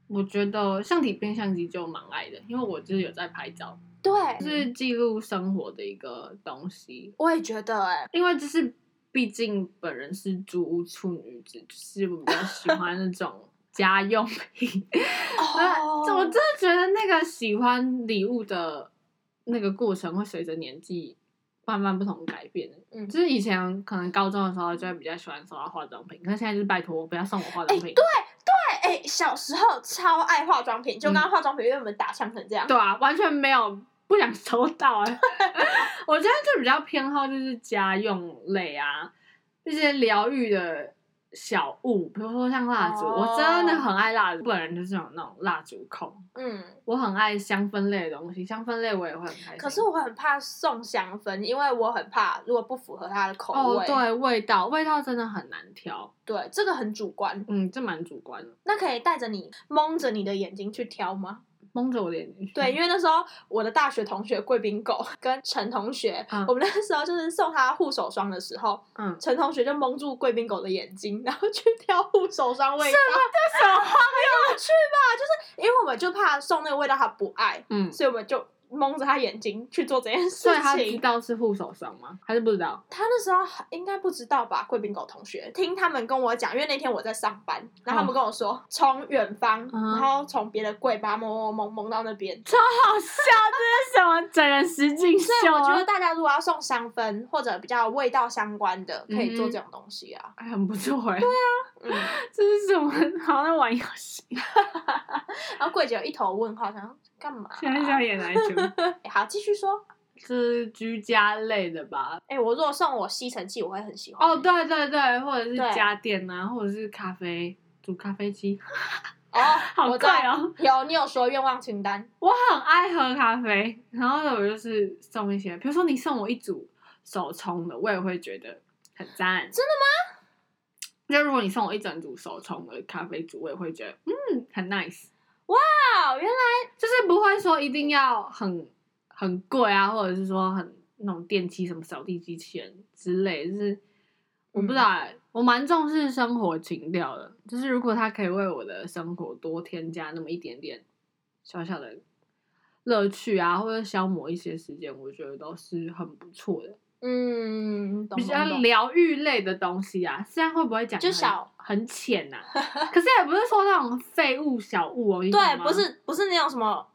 Speaker 3: 我觉得像底片相机就蛮爱的，因为我就是有在拍照，
Speaker 2: 对，
Speaker 3: 就是记录生活的一个东西。
Speaker 2: 我也觉得、哎，
Speaker 3: 因为就是毕竟本人是租屋处女子，就是我比较喜欢那 种家用品。
Speaker 2: 哦
Speaker 3: 我真的觉得那个喜欢礼物的那个过程会随着年纪慢慢不同改变。
Speaker 2: 嗯
Speaker 3: 就是以前可能高中的时候就会比较喜欢收到化妆品，可是现在就是拜托不要送我化妆
Speaker 2: 哎
Speaker 3: 品。
Speaker 2: 哎、哎、小时候超爱化妆品，就刚刚化妆品被我们打枪成 这样。
Speaker 3: 对啊，完全没有不想收到 哎、我现在就比较偏好就是家用类啊，一些疗愈的小物，比如说像蜡烛
Speaker 2: 哦
Speaker 3: 我真的很爱蜡烛，本人就是有那种蜡烛控，
Speaker 2: 嗯，
Speaker 3: 我很爱香氛类的东西，香氛类我也会很开心。
Speaker 2: 可是我很怕送香氛，因为我很怕如果不符合他的口
Speaker 3: 哦，
Speaker 2: 味。
Speaker 3: 对，味道味道真的很难挑，
Speaker 2: 对，这个很主观。
Speaker 3: 嗯，这蛮主观的，
Speaker 2: 那可以带着你蒙着你的眼睛去挑吗？
Speaker 3: 蒙着我的眼睛。
Speaker 2: 对，，因为那时候我的大学同学贵宾狗跟陈同学，
Speaker 3: 嗯
Speaker 2: 我们那时候就是送他护手霜的时候，
Speaker 3: 嗯，
Speaker 2: 陈同学就蒙住贵宾狗的眼睛，然后去挑护手霜味道，
Speaker 3: 什么？
Speaker 2: 有趣吧？就是因为我们就怕送那个味道他不爱，
Speaker 3: 嗯，
Speaker 2: 所以我们就蒙着他眼睛去做这件事
Speaker 3: 所以他知
Speaker 2: 情。
Speaker 3: 道是护手霜吗？还是不知道？
Speaker 2: 他那时候应该不知道吧？贵宾狗同学听他们跟我讲，因为那天我在上班，然后他们跟我说，从远方，
Speaker 3: 嗯
Speaker 2: 然后从别的柜把它蒙蒙蒙蒙到那边，
Speaker 3: 好笑，这是什么整人实境秀
Speaker 2: 所以我觉
Speaker 3: 啊？
Speaker 2: 得大家如果要送香氛或者比较味道相关的，可以做
Speaker 3: 嗯
Speaker 2: 这种东西啊。
Speaker 3: 哎，很不错哎、对啊，
Speaker 2: 嗯，
Speaker 3: 这是什么？ 好像在玩游戏，
Speaker 2: 然后柜姐有一头问号，想说干嘛、
Speaker 3: 现在想演哪一出？
Speaker 2: 哎好，继续说。
Speaker 3: 这是居家类的吧？
Speaker 2: 哎、我如果送我吸尘器，我会很喜欢。
Speaker 3: 哦，对对对，或者是
Speaker 2: 对
Speaker 3: 家电啊，或者是咖啡。煮咖啡机，
Speaker 2: 哦，
Speaker 3: 好
Speaker 2: 我知
Speaker 3: 快
Speaker 2: 道
Speaker 3: 哦！
Speaker 2: 有，你有说愿望清单，
Speaker 3: 我很爱喝咖啡，然后我就是送一些，比如说你送我一组手冲的，我也会觉得很赞。真的吗？就如果你送我一整组手冲的咖啡组，我也会觉得嗯很 nice。哦
Speaker 2: 哇，原来
Speaker 3: 就是不会说一定要很很贵啊，或者是说很那种电器什么扫地机器人之类，就是我不知道、
Speaker 2: 嗯
Speaker 3: 欸，我蛮重视生活情调的。就是如果它可以为我的生活多添加那么一点点小小的乐趣啊，或者消磨一些时间，我觉得都是很不错的。
Speaker 2: 嗯，懂
Speaker 3: 比较
Speaker 2: 懂懂
Speaker 3: 疗愈类的东西啊，虽然会不会讲
Speaker 2: 就
Speaker 3: 很
Speaker 2: 小
Speaker 3: 很浅 呐、可是也不是说那种废物小物哦，你懂
Speaker 2: 对，
Speaker 3: 吗
Speaker 2: 不。是不是那种什么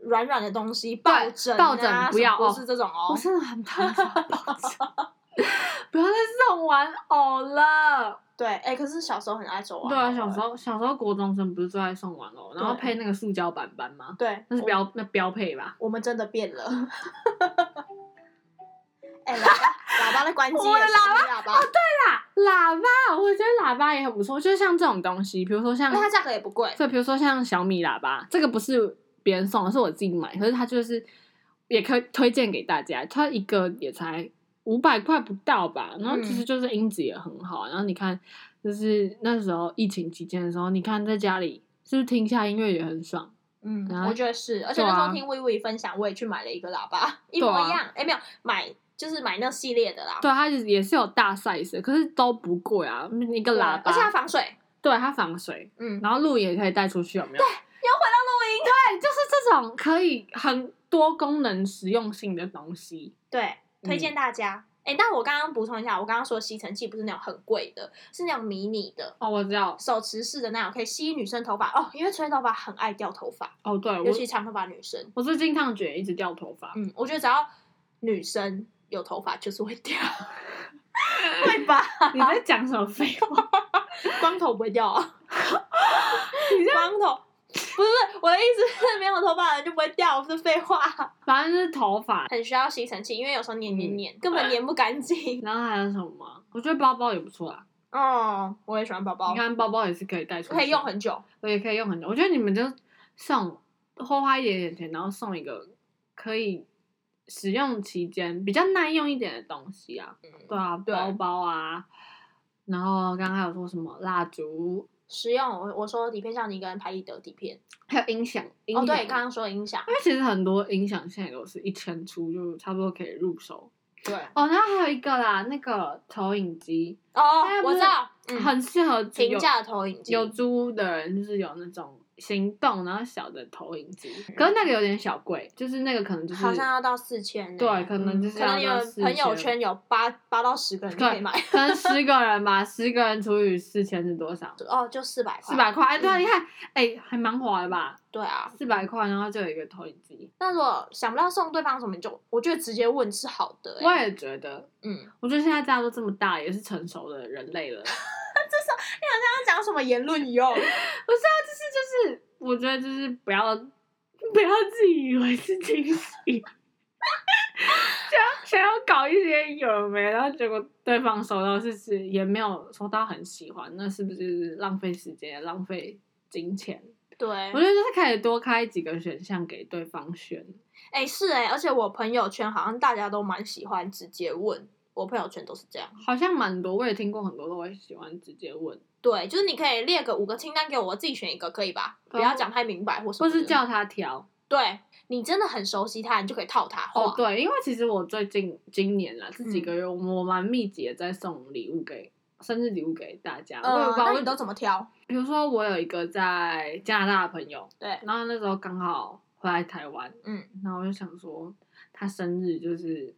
Speaker 2: 软软的东西，抱枕、啊、
Speaker 3: 抱枕不要
Speaker 2: 什
Speaker 3: 哦
Speaker 2: 么不是这种哦
Speaker 3: 我。真的很讨厌这种抱枕，不要再送玩偶了。
Speaker 2: 对，哎、可是小时候很爱手玩偶。欸
Speaker 3: 对啊，小时候小时候国中生不是最爱送玩偶，然后
Speaker 2: 对
Speaker 3: 配那个塑胶板板吗？
Speaker 2: 对，
Speaker 3: 那是
Speaker 2: 我
Speaker 3: 标那标配吧？
Speaker 2: 我们真的变 了。哎、喇叭，喇叭的关机耶，
Speaker 3: 我的哦
Speaker 2: 喇叭，喇叭，
Speaker 3: 喇喇叭，我觉得喇叭也很不错，就是像这种东西，比如说像
Speaker 2: 因为它价格也不贵。
Speaker 3: 对，比如说像小米喇叭，这个不是别人送的，是我自己买，可是它就是也可以推荐给大家，它一个也才五百块不到吧，然后其实就是音质也很好，然后你看，就是那时候疫情期间的时候，你看在家里是不是听一下音乐也很爽？
Speaker 2: 嗯
Speaker 3: 然，后
Speaker 2: 我觉得是，而且
Speaker 3: 对
Speaker 2: 那
Speaker 3: 啊
Speaker 2: 时候听薇薇分享，我也去买了一个喇叭，一模一样。哎、没有买，就是买那系列的啦。
Speaker 3: 对，它也是有大 size，的可是都不贵啊，一个
Speaker 2: 对，
Speaker 3: 喇叭，
Speaker 2: 而且它防水。
Speaker 3: 对它防水，
Speaker 2: 嗯，
Speaker 3: 然后露营也可以带出去，有没有？
Speaker 2: 又回到录
Speaker 3: 对，
Speaker 2: 音。
Speaker 3: 就是这种可以很多功能实用性的东西。
Speaker 2: 对，推
Speaker 3: 嗯
Speaker 2: 荐大家。哎、但我刚刚补充一下，我刚刚说吸尘器不是那种很贵的，是那种迷你的。
Speaker 3: 哦，我知道，
Speaker 2: 手持式的那种，可以吸女生头发哦，因为吹头发很爱掉头发，
Speaker 3: 哦，对，我
Speaker 2: 尤其长头发女生。
Speaker 3: 我最近烫卷一直掉头 发，
Speaker 2: 嗯，我觉得只要女生有头发就是会 掉，会吧？
Speaker 3: 你在讲什么废话？
Speaker 2: 光头不会掉啊，
Speaker 3: 你这样
Speaker 2: 光头不是我的意思是没有头发的人就不会掉，不是废话。
Speaker 3: 反正就是头发，
Speaker 2: 很需要吸尘器，因为有时候黏黏
Speaker 3: 嗯
Speaker 2: 黏，根本黏不干净。
Speaker 3: 然后还有什么吗？我觉得包包也不错啦。啊
Speaker 2: 哦，我也喜欢包包
Speaker 3: 你，看包包也是可以带出去，
Speaker 2: 可以用，很久。
Speaker 3: 我也可以用很久。我觉得你们就送多花一点点钱，然后送一个可以使用期间比较耐用一点的东西啊。对啊，
Speaker 2: 嗯对
Speaker 3: 包包啊，然后刚刚还有说什么蜡烛，
Speaker 2: 实用，我我说底片像你一个人拍立得底片。
Speaker 3: 还有音响，音响
Speaker 2: 哦，对，刚刚说的音响
Speaker 3: 因，为其实很多音响现在都是一千出，就差不多可以入手。
Speaker 2: 对，
Speaker 3: 哦，然后还有一个啦，那个投影机、
Speaker 2: 哦
Speaker 3: 现在，不
Speaker 2: 我
Speaker 3: 是
Speaker 2: 知道，嗯
Speaker 3: 很适合只有
Speaker 2: 平价的投影机
Speaker 3: 有租的人，就是有那种行动然后小的投影机，可是那个有点小贵，就是那个可能就是
Speaker 2: 嗯好像要到四千。嗯
Speaker 3: 对可能就是
Speaker 2: 可能你
Speaker 3: 要到
Speaker 2: 们朋友
Speaker 3: 4000
Speaker 2: 圈有八八到十个人就可以买，
Speaker 3: 可能十个人吧， 十个人除以四千是多少？
Speaker 2: 哦，就四百块。
Speaker 3: 四百块，哎，对啊，
Speaker 2: 嗯
Speaker 3: 你看，哎，还蛮划的吧？
Speaker 2: 对啊，
Speaker 3: 四百块，然后就有一个投影机，
Speaker 2: 那如果想不到送对方什么，你就我觉得直接问是好的、欸。
Speaker 3: 我也觉得，
Speaker 2: 嗯，
Speaker 3: 我觉得现在大家都这么大，也是成熟的人类了。
Speaker 2: 刚刚讲什么言论一用？
Speaker 3: 不是啊，就是就是，我觉得就是不要不要自己以为是惊喜， 想要想要搞一些有的没的，然后结果对方收到是是也没有收到很喜欢，那是不是就是浪费时间、浪费金钱？
Speaker 2: 对，
Speaker 3: 我觉得就是可以多开几个选项给对方选。
Speaker 2: 哎、是哎、而且我朋友圈好像大家都蛮喜欢直接问，我朋友圈都是这样。
Speaker 3: 好像蛮多，我也听过很多都会喜欢直接问，
Speaker 2: 对，就是你可以列个五个清单给我，我自己选一个，可以吧？
Speaker 3: 哦
Speaker 2: 不要讲太明白或什
Speaker 3: 或
Speaker 2: 么。
Speaker 3: 是叫他调。
Speaker 2: 对你真的很熟悉他，你就可以套他话。
Speaker 3: 哦，对，因为其实我最近今年啦这几
Speaker 2: 嗯
Speaker 3: 个月，我蛮密集的在送礼物给生日礼物给大家。我也
Speaker 2: 呃
Speaker 3: 不，知道
Speaker 2: 那
Speaker 3: 为
Speaker 2: 你都怎么挑？
Speaker 3: 比如说我有一个在加拿大的朋友，
Speaker 2: 对，
Speaker 3: 然后那时候刚好回来台湾，
Speaker 2: 嗯，
Speaker 3: 然后我就想说他生日就是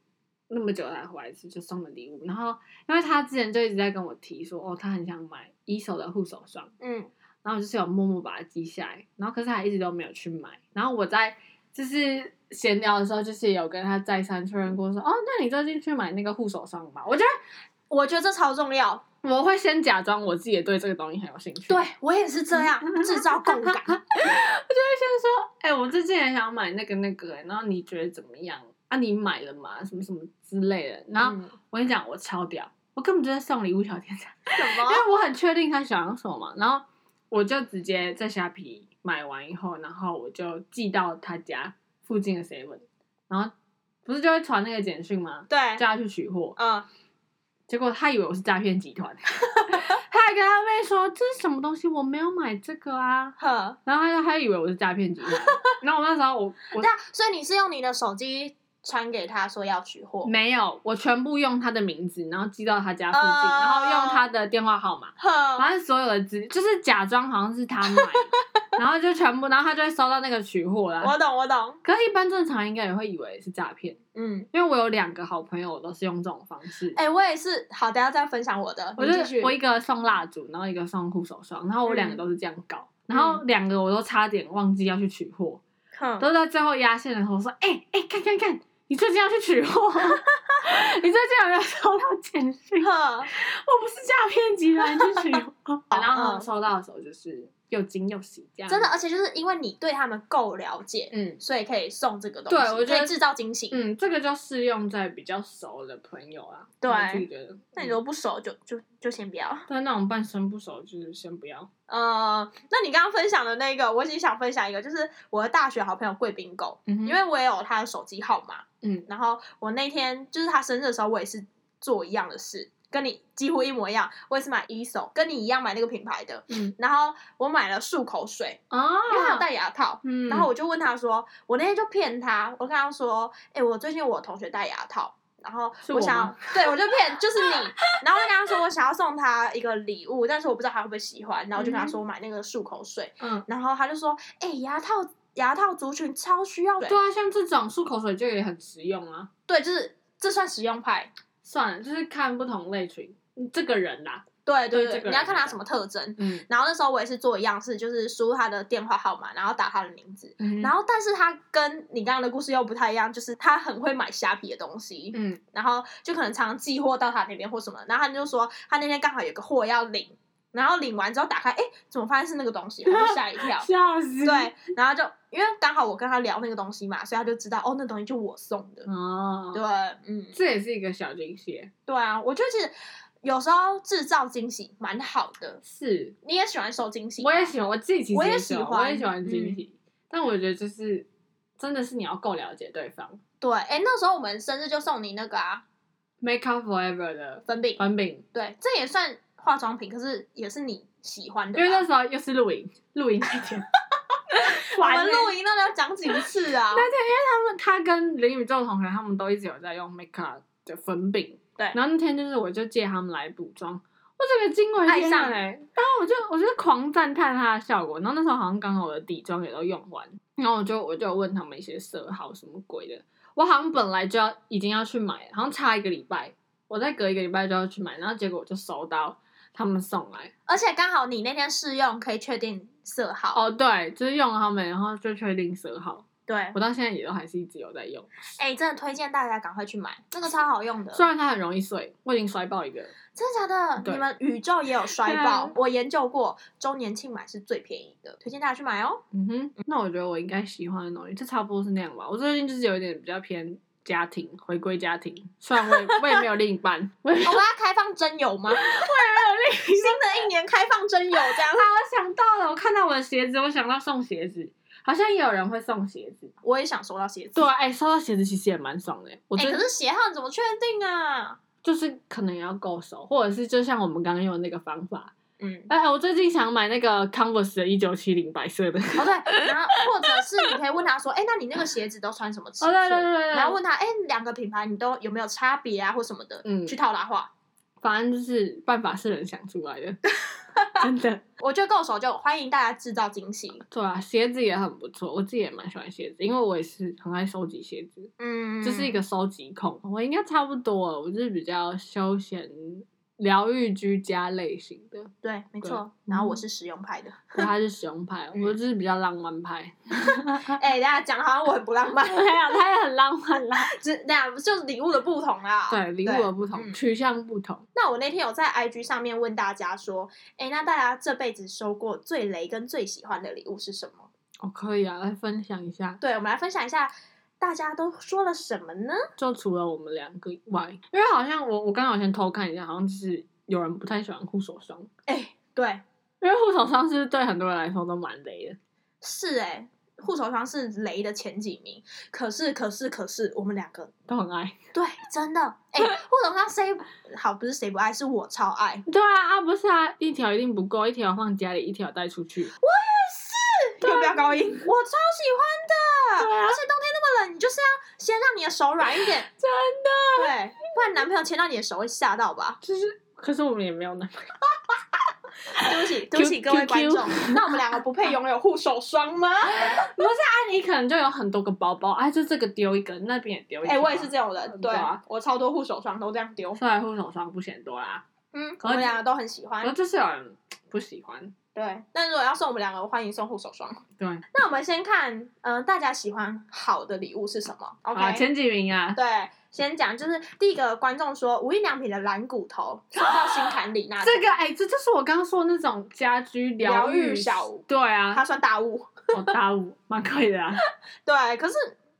Speaker 3: 那么久才回来一次，就送了礼物。然后因为他之前就一直在跟我提说，哦，他很想买一手的护手霜，
Speaker 2: 嗯，
Speaker 3: 然后我就是有默默把它记下来，然后可是他一直都没有去买。然后我在就是闲聊的时候，就是有跟他再三确认过说，哦，那你最近去买那个护手霜吧？我觉得
Speaker 2: 我觉得这超重要。
Speaker 3: 我会先假装我自己也对这个东西很有兴趣，
Speaker 2: 对我也是这样，制造共感。
Speaker 3: 我就会先说，哎、我最近也想买那个那个、欸然后你觉得怎么样？啊，你买了吗？什么什么之类的。 然后、
Speaker 2: 嗯
Speaker 3: 我跟你讲，我超屌，我根本就在送礼物小天才，
Speaker 2: 什
Speaker 3: 因
Speaker 2: 么？
Speaker 3: 为我很确定他想要什么嘛。然后我就直接在虾皮买完以后，然后我就寄到他家附近的 seven，然后不是就会传那个简讯吗？
Speaker 2: 对，
Speaker 3: 叫他去取货。
Speaker 2: 嗯，
Speaker 3: 结果他以为我是诈骗集团，他还跟他妹说这是什么东西，我没有买这个啊。
Speaker 2: 呵。
Speaker 3: 然后他就他以为我是诈骗集团，然后我那时候我我
Speaker 2: 那所以你是用你的手机传给他说要取货？
Speaker 3: 没有，我全部用他的名字，然后寄到他家附近，
Speaker 2: 哦
Speaker 3: 然后用他的电话号码，
Speaker 2: 呵，
Speaker 3: 反正所有的资就是假装好像是他买，然后就全部，然后他就会收到那个取货啦。
Speaker 2: 我懂，我懂，
Speaker 3: 可是一般正常应该也会以为是诈骗，
Speaker 2: 嗯，
Speaker 3: 因为我有两个好朋友，我都是用这种方式。
Speaker 2: 哎、我也是，好，等一下再分享我的，
Speaker 3: 我
Speaker 2: 你
Speaker 3: 就
Speaker 2: 继续
Speaker 3: 我一个送蜡烛，然后一个送护手霜，然后我两个
Speaker 2: 嗯
Speaker 3: 都是这样搞，然后两个我都差点忘记要去取货，
Speaker 2: 哼
Speaker 3: 都在最后压线的时候说：“哎、哎、看看看，你最近要去取货， 你最近有没有收到简讯？ 我
Speaker 2: 哼，
Speaker 3: 不是诈骗集团去取 货。”然后
Speaker 2: 嗯
Speaker 3: 收到的时候就是又惊又喜，这样
Speaker 2: 真的，而且就是因为你对他们够了解，
Speaker 3: 嗯。
Speaker 2: 所以可以送这个东西，
Speaker 3: 对我觉得
Speaker 2: 可以制造惊喜。
Speaker 3: 嗯，这个就适用在比较熟的朋友啊。
Speaker 2: 对
Speaker 3: 我自己觉得。
Speaker 2: 那你
Speaker 3: 嗯
Speaker 2: 如果不熟就就就先不要。
Speaker 3: 但那种半生不熟，就是先不要。
Speaker 2: 呃，那你刚刚分享的那个，我也想分享一个，就是我的大学好朋友贵宾狗，
Speaker 3: 嗯哼
Speaker 2: 因为我也有他的手机号码，
Speaker 3: 嗯，
Speaker 2: 然后我那天就是他生日的时候，我也是做一样的事，跟你几乎一模一样，我也是买一手，跟你一样买那个品牌的，
Speaker 3: 嗯
Speaker 2: 然后我买了漱口水，
Speaker 3: 啊，
Speaker 2: 因为他有戴牙套。
Speaker 3: 嗯，
Speaker 2: 然后我就问他说，我那天就骗他，我跟他说，哎、我最近我同学戴牙套，然后
Speaker 3: 是
Speaker 2: 我
Speaker 3: 我
Speaker 2: 想要
Speaker 3: 吗，
Speaker 2: 对我就骗，就是你，然后我就跟他说我想要送他一个礼物，但是我不知道他会不会喜欢，然后我就跟他说我买那个漱口水，
Speaker 3: 嗯，
Speaker 2: 然后他就说，哎、牙套牙套族群超需要水，
Speaker 3: 对啊，像这种漱口水就也很实用啊。
Speaker 2: 对，就是这算实用派，
Speaker 3: 算了，就是看不同类群，嗯这个人啦。
Speaker 2: 对对
Speaker 3: 对这
Speaker 2: 对，
Speaker 3: 个
Speaker 2: 你要
Speaker 3: 人
Speaker 2: 看
Speaker 3: 来
Speaker 2: 他
Speaker 3: 讲
Speaker 2: 什么特征。
Speaker 3: 嗯，
Speaker 2: 然后那时候我也是做一样事，就是输入他的电话号码，然后打他的名字。然
Speaker 3: 后
Speaker 2: 后，但是他跟你刚刚的故事又不太一样，就是他很会买虾皮的东西，
Speaker 3: 嗯，。
Speaker 2: 然后就可能常常寄货到他那边或什么。然后他就说，他那天刚好有个货要领，然后领完之后打开，哎，怎么发现是那个东西？他就吓一跳
Speaker 3: 笑死。
Speaker 2: 对，然后就因为刚好我跟他聊那个东西嘛，所以他就知道哦，那东西就我送的。
Speaker 3: 哦，
Speaker 2: 对，嗯，
Speaker 3: 这也是一个小惊喜。
Speaker 2: 对啊，我觉得其实有时候制造惊喜蛮好的。
Speaker 3: 是，
Speaker 2: 你也喜欢收惊喜？
Speaker 3: 我也喜欢，我自己其实
Speaker 2: 我也
Speaker 3: 喜
Speaker 2: 喜
Speaker 3: 欢，我也
Speaker 2: 欢
Speaker 3: 喜欢惊
Speaker 2: 嗯
Speaker 3: 喜，但我觉得就是真的是你要够了解对方。
Speaker 2: 对，哎、那时候我们生日就送你那个啊
Speaker 3: Make up forever 的
Speaker 2: 粉饼，
Speaker 3: 粉饼，
Speaker 2: 对，这也算化妆品，可是也是你喜欢的
Speaker 3: 因为那
Speaker 2: 吧。
Speaker 3: 时候又是露营，露营那天，
Speaker 2: 我
Speaker 3: 烦
Speaker 2: 们
Speaker 3: 欸
Speaker 2: 露营那要讲几次 啊？
Speaker 3: 他们他跟林宇宙同学他们都一直有在用 make up 的粉饼，
Speaker 2: 对
Speaker 3: 然后那天就是我就借他们来补妆，我整个惊为天
Speaker 2: 爱
Speaker 3: 人
Speaker 2: 上
Speaker 3: 嘞、然后我就我就狂赞叹它的效果，然后那时候好像刚好我的底妆也都用完，然后我就我就问他们一些色号什么鬼的，我好像本来就要已经要去买，好像差一个礼拜，我再隔一个礼拜就要去买，然后结果我就收到他们送来，
Speaker 2: 而且刚好你那天试用可以确定色号。哦，
Speaker 3: 哦对，就是用了他们，然后就确定色号，
Speaker 2: 对，
Speaker 3: 我到现在也都还是一直有在用，
Speaker 2: 哎、真的推荐大家赶快去买，这个超好用的。
Speaker 3: 虽然它很容易碎，我已经摔爆一个了。
Speaker 2: 真的假的？
Speaker 3: 对
Speaker 2: 你们宇宙也有摔
Speaker 3: 对
Speaker 2: 爆
Speaker 3: 啊，
Speaker 2: 我研究过，周年庆买是最便宜的，推荐大家去买 哦。
Speaker 3: 嗯哼，那我觉得我应该喜欢的东西，就差不多是那样吧。我最近就是有一点比较偏家庭，回归家庭。虽然我也我也没有另一半， 我也没有
Speaker 2: 哦我们要开放真友吗？
Speaker 3: 另一
Speaker 2: 新的一年开放真友这样。
Speaker 3: 半。我想到了，我看到我的鞋子，我想到送鞋子，好像也有人会送鞋子。
Speaker 2: 我也想收到鞋子。
Speaker 3: 对啊，哎、收到鞋子其实也蛮爽的。我
Speaker 2: 哎、
Speaker 3: 觉得、
Speaker 2: 可是鞋号你怎么确定啊？
Speaker 3: 就是可能也要够熟，或者是就像我们刚刚用的那个方法。
Speaker 2: 嗯，
Speaker 3: 哎、我最近想买那个 Converse 的一九七零白色的。
Speaker 2: 哦对，然后或者是你可以问他说，哎、那你那个鞋子都穿什么尺
Speaker 3: 哦，对
Speaker 2: 寸？
Speaker 3: 对对对，
Speaker 2: 然后问他，哎、两个品牌你都有没有差别啊，或什么的，
Speaker 3: 嗯
Speaker 2: 去套拉话。
Speaker 3: 反正就是办法是人想出来的，真的。
Speaker 2: 我觉得够手就欢迎大家制造惊喜。
Speaker 3: 对啊，鞋子也很不错，我自己也蛮喜欢鞋子，因为我也是很爱收集鞋子，
Speaker 2: 嗯，
Speaker 3: 就是一个收集控。我应该差不多了，我就是比较休闲、疗愈、居家类型的，
Speaker 2: 对，没错。
Speaker 3: 对嗯
Speaker 2: 然后我是实用派的。
Speaker 3: 对他是熊派，
Speaker 2: 嗯
Speaker 3: 我就是比较浪漫派。
Speaker 2: 哎、大家讲得好像我很不浪漫
Speaker 3: 哎，呀，他也很浪漫 啦。
Speaker 2: 这那样就是礼物的不同啦。
Speaker 3: 对，礼物的不同，
Speaker 2: 嗯
Speaker 3: 取向不同。
Speaker 2: 那我那天有在 IG 上面问大家说，哎、那大家这辈子收过最雷跟最喜欢的礼物是什么？
Speaker 3: 哦，可以啊，来分享一下。
Speaker 2: 对，我们来分享一下大家都说了什么呢？
Speaker 3: 就除了我们两个以外，因为好像我我刚好先偷看一下，好像就是有人不太喜欢护手霜，
Speaker 2: 哎、对，
Speaker 3: 因为护手霜是对很多人来说都蛮雷的。
Speaker 2: 是哎、护手霜是雷的前几名，可是可是可是，我们两个
Speaker 3: 都很爱，
Speaker 2: 对，真的哎，护手霜谁好不是谁不爱，是我超爱，
Speaker 3: 对啊，啊不是啊，一条一定不够，一条放家里，一条带出去。
Speaker 2: 要不要高音？我超喜欢的，
Speaker 3: 对啊
Speaker 2: 而且冬天那么冷，你就是要先让你的手软一点，
Speaker 3: 真的，
Speaker 2: 对，不然男朋友牵到你的手会吓到吧？
Speaker 3: 啊就是，可是我们也没有男朋友，
Speaker 2: 对不起，对不起各位观众，那我们两个不配拥有护手霜 吗？
Speaker 3: 你可能就有很多个包包，哎、就这个丢一个，那边也丢一个。
Speaker 2: 哎、我也是这种人，对
Speaker 3: 对啊
Speaker 2: 我超多护手霜都这样丢。
Speaker 3: 虽然护手霜不嫌多啦，
Speaker 2: 嗯，我
Speaker 3: 可是
Speaker 2: 们两个都很喜
Speaker 3: 然后
Speaker 2: 欢。
Speaker 3: 就是有人不喜欢。
Speaker 2: 对，但如果要送我们两个，我欢迎送护手霜。
Speaker 3: 对
Speaker 2: 那我们先看，嗯、大家喜欢好的礼物是什么？OK，、
Speaker 3: 啊，前几名啊，
Speaker 2: 对，先讲就是第一个观众说无印良品的蓝骨头送到心坎里那种，
Speaker 3: 这个哎、这就是我刚刚说的那种家居
Speaker 2: 疗愈
Speaker 3: 愈
Speaker 2: 小屋
Speaker 3: 对啊
Speaker 2: 它，算大物。
Speaker 3: 我打五蛮贵的啊，
Speaker 2: 对，可是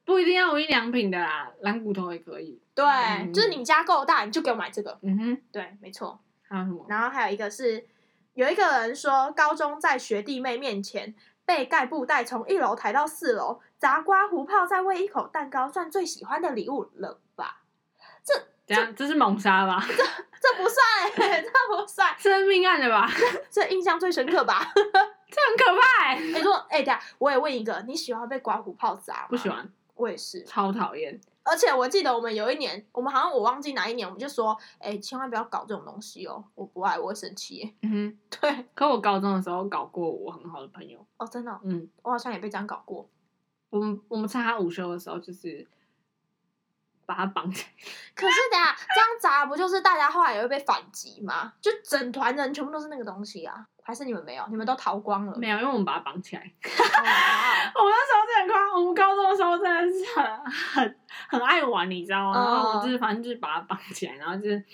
Speaker 3: 不一定要无印良品的啦，蓝骨头也可以。
Speaker 2: 对，
Speaker 3: 嗯
Speaker 2: 就是你们家够大，你就给我买这个。
Speaker 3: 嗯哼，
Speaker 2: 对，没错。
Speaker 3: 还有什么？
Speaker 2: 然后还有一个是有一个人说，高中在学弟妹面前被盖布袋从一楼抬到四楼，砸瓜胡泡，再喂一口蛋糕，算最喜欢的礼物了吧？
Speaker 3: 这样这是猛杀吧？
Speaker 2: 这不算、欸， 这不算，
Speaker 3: 这是命案的吧？ 这
Speaker 2: 这印象最深刻吧？
Speaker 3: 很可怕、欸，
Speaker 2: 你说，哎、等一下我也问一个，你喜欢被刮胡泡砸吗？
Speaker 3: 不喜，欢，
Speaker 2: 我也是。
Speaker 3: 超讨厌。
Speaker 2: 而且我记得我们有一年，我们好像我忘记哪一年，我们就说，哎、千万不要搞这种东西哦，我不爱，我会生气。
Speaker 3: 嗯哼，
Speaker 2: 对，
Speaker 3: 可我高中的时候搞过我很好的朋友，
Speaker 2: 哦，真的哦、
Speaker 3: 嗯，
Speaker 2: 我好像也被这样搞过。
Speaker 3: 我们我们趁他午休的时候，就是把他绑起来，
Speaker 2: 可是等一下这样砸，不就是大家后来也会被反击吗？就整团人全部都是那个东西啊？还是你们没有？你们都逃光了？
Speaker 3: 没
Speaker 2: 有。
Speaker 3: 有，因 为我们把他绑起来。 我们那时候真的很夸张，我们高中的时候真的是很很很爱玩，你知道吗？
Speaker 2: 嗯
Speaker 3: 然后我们就是反正就是把他绑起来，然后就是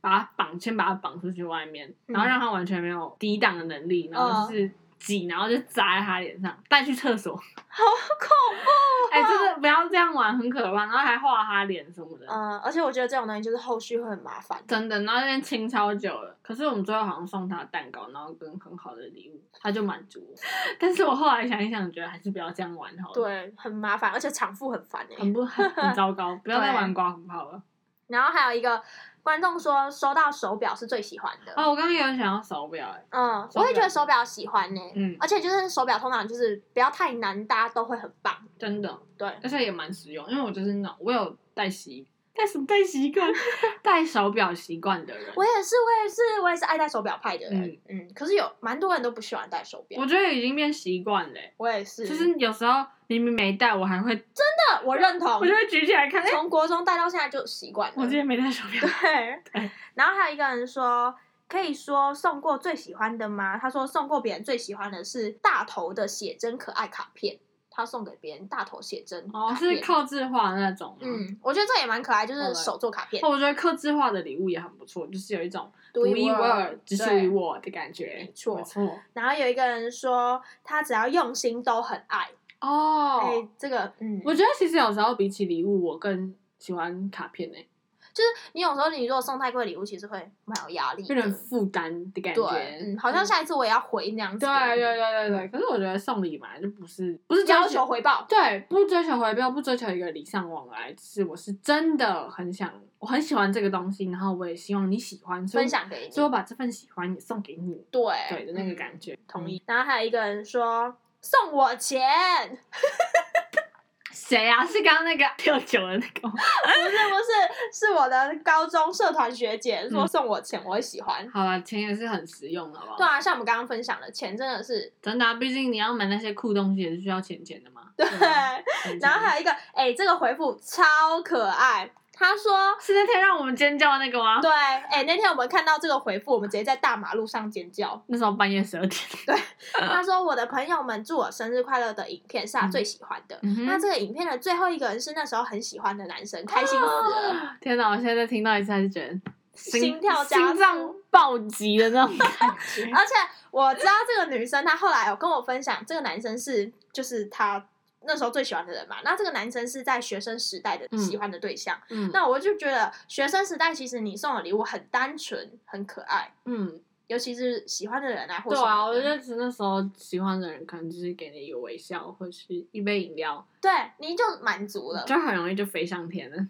Speaker 3: 把他绑，先把他绑出去外面，然后
Speaker 2: 嗯
Speaker 3: 让他完全没有抵挡的能力，然后就是挤，然后就砸在他脸上，带去厕 所。
Speaker 2: 啊
Speaker 3: 哎、真的不要这样玩，很可怕，然后还画他脸什么的。
Speaker 2: 嗯，而且我觉得这种东西就是后续会很麻烦。
Speaker 3: 真的，然后那边清超久了，可是我们最后好像送他蛋糕，然后跟很好的礼物，他就满足我。 但是我后来想一想，觉得还是不要这样玩好了，，
Speaker 2: 对，很麻烦，而且产妇 很烦哎、
Speaker 3: 很不很很糟糕，不要再
Speaker 2: 对
Speaker 3: 玩刮胡泡了。
Speaker 2: 然后还有一个观众说，收到手表是最喜欢的。
Speaker 3: 哦，我刚刚也有想要手表、欸，
Speaker 2: 嗯，
Speaker 3: 手
Speaker 2: 我也觉
Speaker 3: 表
Speaker 2: 得手表喜欢欸呢、
Speaker 3: 嗯
Speaker 2: 而且就是手表通常就是不要太难，大家都会很棒。
Speaker 3: 真的，
Speaker 2: 对，
Speaker 3: 而且也蛮实用，因为我就是那种我有戴习戴什么戴习惯， 戴手表习惯的人。
Speaker 2: 我也是，我也是，我也是爱戴手表派的人。嗯可是有蛮多人都不喜欢戴手表
Speaker 3: 我，觉得已经变习惯了、欸，
Speaker 2: 我也是，
Speaker 3: 就是有时候明明没戴，我还会，
Speaker 2: 那我认同
Speaker 3: 我就，会举起来看，哎、
Speaker 2: 从国中戴到现在就习惯了。
Speaker 3: 我今天没戴手表。
Speaker 2: 对
Speaker 3: 对，
Speaker 2: 然后还有一个人说。可以说送过最喜欢的吗？他说送过别人最喜欢的是大头的写真可爱卡片，他送给别人大头写真
Speaker 3: 哦，
Speaker 2: 卡
Speaker 3: 是
Speaker 2: 片
Speaker 3: 靠字画那种吗，
Speaker 2: 嗯，我觉得这也蛮可爱，就
Speaker 3: 好嘞
Speaker 2: 是手做卡片
Speaker 3: 哦，，我觉得刻字化的礼物也很不错，就是有一种
Speaker 2: 独
Speaker 3: 独
Speaker 2: 一
Speaker 3: 一无
Speaker 2: 无二
Speaker 3: 二、只属
Speaker 2: 对
Speaker 3: 于我的感觉。
Speaker 2: 没错
Speaker 3: 错。
Speaker 2: 然后有一个人说，他只要用心都很爱。
Speaker 3: 哦，
Speaker 2: 哎、这个，嗯，
Speaker 3: 我觉得其实有时候比起礼物，我更喜欢卡片呢、欸
Speaker 2: 就是你有时候你如果送太贵的礼物，其实会蛮有压力的
Speaker 3: 有。点负担的感觉。
Speaker 2: 嗯对，嗯，好像下一次我也要回那样子
Speaker 3: 对
Speaker 2: 的。
Speaker 3: 对对对对，可是我觉得送礼嘛，就不是不是
Speaker 2: 是要求，回报。
Speaker 3: 对，不追求回报，不追求一个礼尚往来，就是我是真的很想，我很喜欢这个东西，然后我也希望你喜欢，所以
Speaker 2: 分，享给你，
Speaker 3: 所以我把这份喜欢也送给你，
Speaker 2: 对嗯
Speaker 3: 对的那个
Speaker 2: 觉、
Speaker 3: 感嗯觉，
Speaker 2: 同意。然后还有一个人说送我钱，
Speaker 3: 谁啊？是刚刚那个 六九的那个吗？
Speaker 2: 不是不是，是我的高中社团学姐说
Speaker 3: 嗯
Speaker 2: 送我钱，我会喜欢。
Speaker 3: 好了，钱也是很实用的，好不好？
Speaker 2: 对啊，像我们刚刚分享的，钱真的是
Speaker 3: 真的、啊，毕竟你要买那些酷东西也是需要钱钱的嘛。
Speaker 2: 对。
Speaker 3: 吧钱钱
Speaker 2: 然后还有一个，哎、这个回复超可爱。他 说，
Speaker 3: 是那天让我们尖叫的那个吗？
Speaker 2: 对，哎、那天我们看到这个回复，我们直接在大马路上尖叫。
Speaker 3: 那时候半夜十二点。
Speaker 2: 他说，我的朋友们祝我生日快乐的影片是他最喜欢的。
Speaker 3: 嗯哼
Speaker 2: 那这个影片的最后一个人是那时候很喜欢的男生，开心死了。
Speaker 3: 天哪！我现在再听到一次还是觉得心
Speaker 2: 心跳加速
Speaker 3: 心脏暴击的 那种感觉。
Speaker 2: 而且我知道这个女生，她后来有跟我分享，这个男生是就是她那时候最喜欢的人嘛。那这个男生是在学生时代的
Speaker 3: 嗯
Speaker 2: 喜欢的对象。
Speaker 3: 嗯
Speaker 2: 那我就觉得学生时代其实你送的礼物很单纯，很可爱，
Speaker 3: 嗯，
Speaker 2: 尤其是喜欢的人啊，或
Speaker 3: 对
Speaker 2: 什么
Speaker 3: 啊，
Speaker 2: 的
Speaker 3: 我觉得只是那时候喜欢的人可能就是给你一个微笑或是一杯饮料，
Speaker 2: 对，你就满足了。
Speaker 3: 就很容易就飞上天了。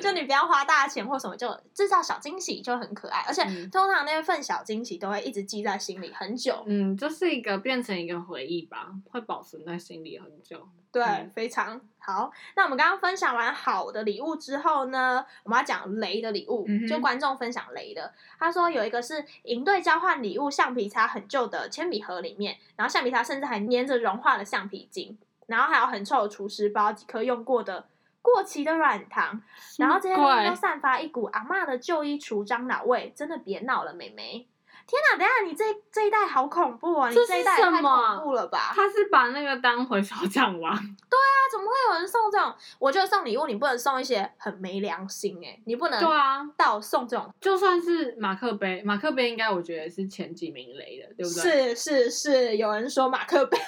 Speaker 2: 就你不要花大钱或什么，就制造小惊喜就很可爱，而且
Speaker 3: 嗯
Speaker 2: 通常那份小惊喜都会一直记在心里很久。
Speaker 3: 嗯，就是一个变成一个回忆吧，会保存在心里很久。
Speaker 2: 对，
Speaker 3: 嗯
Speaker 2: 非常好。那我们刚刚分享完好的礼物之后呢，我们要讲雷的礼物，
Speaker 3: 嗯哼
Speaker 2: 就观众分享雷的。他说有一个是营队交换礼物橡皮擦，很旧的铅笔盒里面，然后橡皮擦甚至还粘着融化的橡皮筋，然后还有很臭的厨师包，几颗用过的过期的软糖，然后这些东西都
Speaker 3: 怪
Speaker 2: 散发一股阿嬷的旧衣橱樟脑味，真的别闹了，妹妹。天哪，等一下你这这一代好恐怖哦！你
Speaker 3: 这是
Speaker 2: 这一代也太
Speaker 3: 什么
Speaker 2: 恐怖了吧？
Speaker 3: 他是把那个当回收奖玩，
Speaker 2: 那怎么会有人送这种？我觉得送礼物你不能送一些很没良心哎、你不能
Speaker 3: 对啊，
Speaker 2: 到送这种，
Speaker 3: 就算是马克杯，马克杯应该我觉得是前几名雷的，对不对？
Speaker 2: 是是是，有人说马克杯，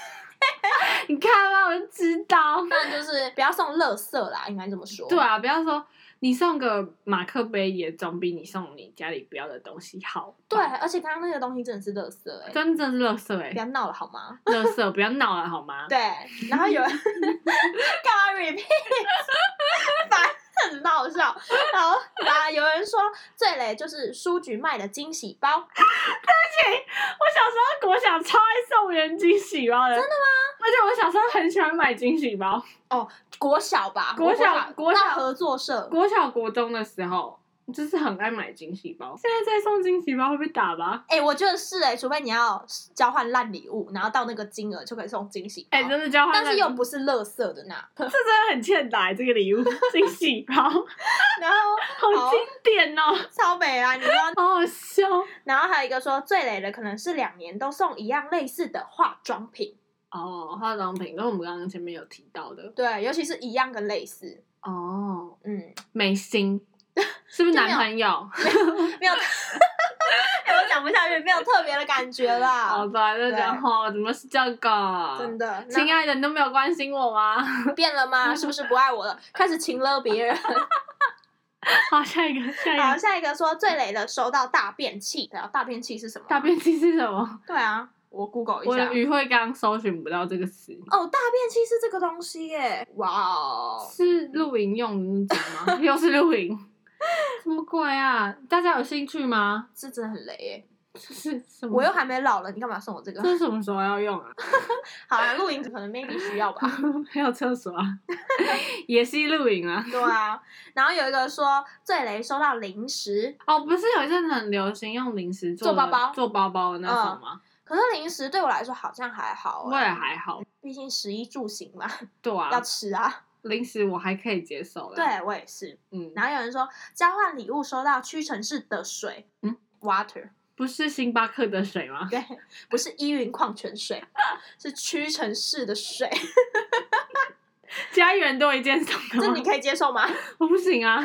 Speaker 3: 你看吧，我就知道。
Speaker 2: 但就是 不要送垃圾啦，应该这么说。
Speaker 3: 对啊，不要说你送个马克杯，也总比你送你家里不要的东西好吧。
Speaker 2: 对，而且刚刚那个东西真的是垃圾哎、
Speaker 3: 真的是垃圾哎、
Speaker 2: 不要闹了好吗？
Speaker 3: 垃圾不要闹了好吗？
Speaker 2: 对，然后有 人干嘛 repeat，反正很闹笑。然后啊，有人说最雷就是书局卖的惊喜包，
Speaker 3: 我小时候国小超爱送人惊喜包的，啊真的吗？而且我小时候很喜欢买惊喜包，
Speaker 2: 国小吧，
Speaker 3: 国小国小
Speaker 2: 到合作社，
Speaker 3: 国小国中的时候就是很爱买惊喜包，现在再送惊喜包会被打吧？
Speaker 2: 哎、我觉得是哎、除非你要交换烂礼物，然后到那个金额就可以送惊喜包。
Speaker 3: 哎、真的交换
Speaker 2: 但是
Speaker 3: 礼
Speaker 2: 又
Speaker 3: 物
Speaker 2: 不是垃圾的 那，
Speaker 3: 这真的很欠打、欸这个礼 物惊喜包好
Speaker 2: 然后
Speaker 3: 经典哦、
Speaker 2: 超美啊，你知道？
Speaker 3: 好好笑
Speaker 2: 然后还有一个说最累的可能是两年都送一样类似的化妆品，
Speaker 3: 哦。化妆品跟我们刚刚前面有提到的
Speaker 2: 对，尤其是一样跟类似，
Speaker 3: 哦，
Speaker 2: 嗯，
Speaker 3: 美心是不是
Speaker 2: 就没
Speaker 3: 男
Speaker 2: 有
Speaker 3: 朋友？
Speaker 2: 没有， 哎我讲不下去，没有特别的感觉
Speaker 3: 好
Speaker 2: 啦，
Speaker 3: 吧，就讲哦，怎么是这个？
Speaker 2: 真的，那
Speaker 3: 亲爱的，你都没有关心我吗？
Speaker 2: 变了吗？是不是不爱我了？开始情了别人。
Speaker 3: 好，下一个，下一
Speaker 2: 好，
Speaker 3: 个，
Speaker 2: 下一个说最累的收到大便器，对啊，大便器是什么？
Speaker 3: 大便器是什么？
Speaker 2: 对啊，我 Google 一
Speaker 3: 我
Speaker 2: 下
Speaker 3: 的。语会刚搜寻不到这个词，
Speaker 2: 哦，大便器是这个东西耶！哇哦，
Speaker 3: 是露营用的那种吗？ 又是露营，什么鬼啊？大家有兴趣吗？
Speaker 2: 这真的很雷耶！
Speaker 3: 这是什么？
Speaker 2: 我又还没老了，你干嘛送我 这个
Speaker 3: 这？是什么时候要用啊？
Speaker 2: 好啊，露营可能 maybe 需要吧。
Speaker 3: 还有厕所啊， 也是露营啊。
Speaker 2: 对啊，然后有一个说最雷收到零食，
Speaker 3: 哦，不是有一阵子很流行用零食做
Speaker 2: 做包
Speaker 3: 的
Speaker 2: 包
Speaker 3: 做包包的那种吗？
Speaker 2: 可是零食对我来说好像还好
Speaker 3: 我也
Speaker 2: 哎，
Speaker 3: 还好，
Speaker 2: 毕竟食衣住行嘛，
Speaker 3: 对
Speaker 2: 要
Speaker 3: 啊，
Speaker 2: 吃啊。
Speaker 3: 零食我还可以接受的。
Speaker 2: 对，我也是。
Speaker 3: 嗯，
Speaker 2: 然后有人说交换礼物收到屈臣氏的水，
Speaker 3: 嗯
Speaker 2: ，water，
Speaker 3: 不是星巴克的水吗？
Speaker 2: 对，不是依云矿泉水，是屈臣氏的水，
Speaker 3: 家园多一件送的
Speaker 2: 这
Speaker 3: 吗
Speaker 2: 你？可以接受吗？
Speaker 3: 我不行啊！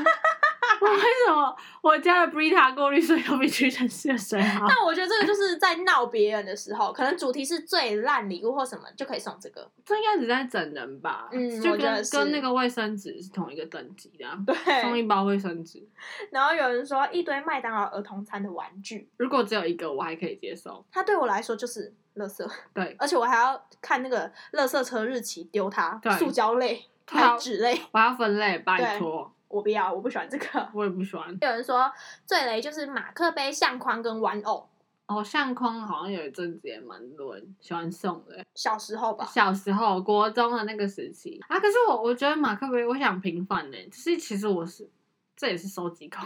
Speaker 3: 我为什么我家的 Brita 过滤水都比屈臣氏的水好？
Speaker 2: 但我觉得这个就是在闹别人的时候，可能主题是最烂礼物或什么，就可以送这个。
Speaker 3: 这应该只在整人吧？
Speaker 2: 嗯
Speaker 3: 就
Speaker 2: 我觉得
Speaker 3: 跟
Speaker 2: 是
Speaker 3: 跟那个卫生纸是同一个等级的、啊，
Speaker 2: 对，
Speaker 3: 送一包卫生纸。
Speaker 2: 然后有人说一堆麦当劳儿童餐的玩具，
Speaker 3: 如果只有一个，我还可以接受。
Speaker 2: 它对我来说就是垃圾，
Speaker 3: 对，
Speaker 2: 而且我还要看那个垃圾车日期丢它
Speaker 3: 对，
Speaker 2: 塑胶类
Speaker 3: 对
Speaker 2: 还有纸类，
Speaker 3: 我要分类，拜
Speaker 2: 对
Speaker 3: 托，
Speaker 2: 我不要，我不喜欢这个。
Speaker 3: 我也不喜欢。
Speaker 2: 有人说最雷就是马克杯、相框跟玩偶，
Speaker 3: 哦，相框好像有一阵子也蛮多人喜欢送的，
Speaker 2: 小时候吧，
Speaker 3: 小时候国中的那个时期啊。可是我我觉得马克杯，我想平反呢、就是其实我是这也是收集控，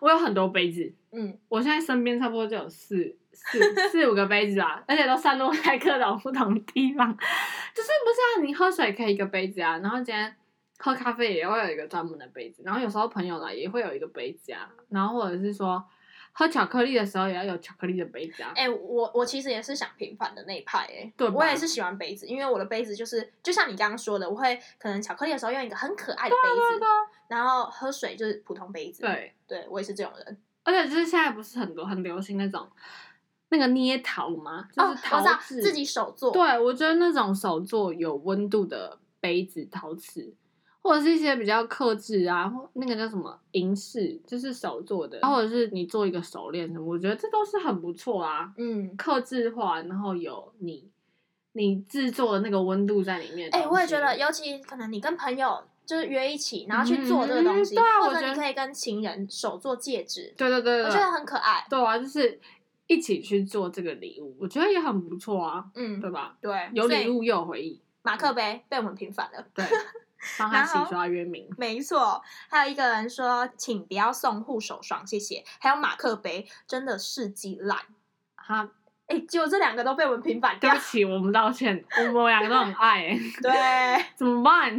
Speaker 3: 我有很多杯子，
Speaker 2: 嗯，
Speaker 3: 我现在身边差不多就有四四四五个杯子吧，而且都散落在各种不同地方。就是不是啊？你喝水可以一个杯子啊，然后今天喝咖啡也会有一个专门的杯子，然后有时候朋友来也会有一个杯子啊，然后或者是说喝巧克力的时候也要有巧克力的杯子啊。
Speaker 2: 哎、我我其实也是想平凡的那一派、哎，
Speaker 3: 对吧
Speaker 2: 我也是喜欢杯子，因为我的杯子就是就像你刚刚说的，我会可能巧克力的时候用一个很可爱
Speaker 3: 啊
Speaker 2: 的杯子，然后喝水就是普通杯子，，
Speaker 3: 对，
Speaker 2: 对我也是这种人。
Speaker 3: 而且就是现在不是很多很流行那种那个捏陶吗？就
Speaker 2: 哦，
Speaker 3: 是陶
Speaker 2: 我知道
Speaker 3: 制、
Speaker 2: 自己手做，
Speaker 3: 对，我觉得那种手做有温度的杯子、陶瓷，或者是一些比较克制啊，或那个叫什么银饰，就是手做的，或者是你做一个手链什么，我觉得这都是很不错啊。
Speaker 2: 嗯，
Speaker 3: 克制化，然后有你你制作的那个温度在里面的
Speaker 2: 哎、
Speaker 3: 东西。
Speaker 2: 我也觉得，尤其可能你跟朋友就是约一起，然后去做这个东西，
Speaker 3: 嗯对啊
Speaker 2: 或
Speaker 3: 我
Speaker 2: 者
Speaker 3: 觉
Speaker 2: 你
Speaker 3: 得
Speaker 2: 可以跟情人手做戒指，
Speaker 3: 对对对
Speaker 2: 我
Speaker 3: 对
Speaker 2: 觉得
Speaker 3: 对，
Speaker 2: 很可爱。
Speaker 3: 对啊，就是一起去做这个礼物，我觉得也很不错啊，
Speaker 2: 嗯，
Speaker 3: 对吧？
Speaker 2: 对，
Speaker 3: 有礼
Speaker 2: 所以
Speaker 3: 物又有回忆，
Speaker 2: 马克杯被我们平反了。
Speaker 3: 对，帮他
Speaker 2: 然
Speaker 3: 洗
Speaker 2: 后
Speaker 3: 刷约名。
Speaker 2: 没错，还有一个人说，请不要送护手霜，谢谢。还有马克杯，真的是极烂。
Speaker 3: 哈，
Speaker 2: 哎、结果这两个都被我们平反
Speaker 3: 对
Speaker 2: 掉
Speaker 3: 不。起，我们道歉，我们两个都很爱、 欸，
Speaker 2: 对，
Speaker 3: 怎么办？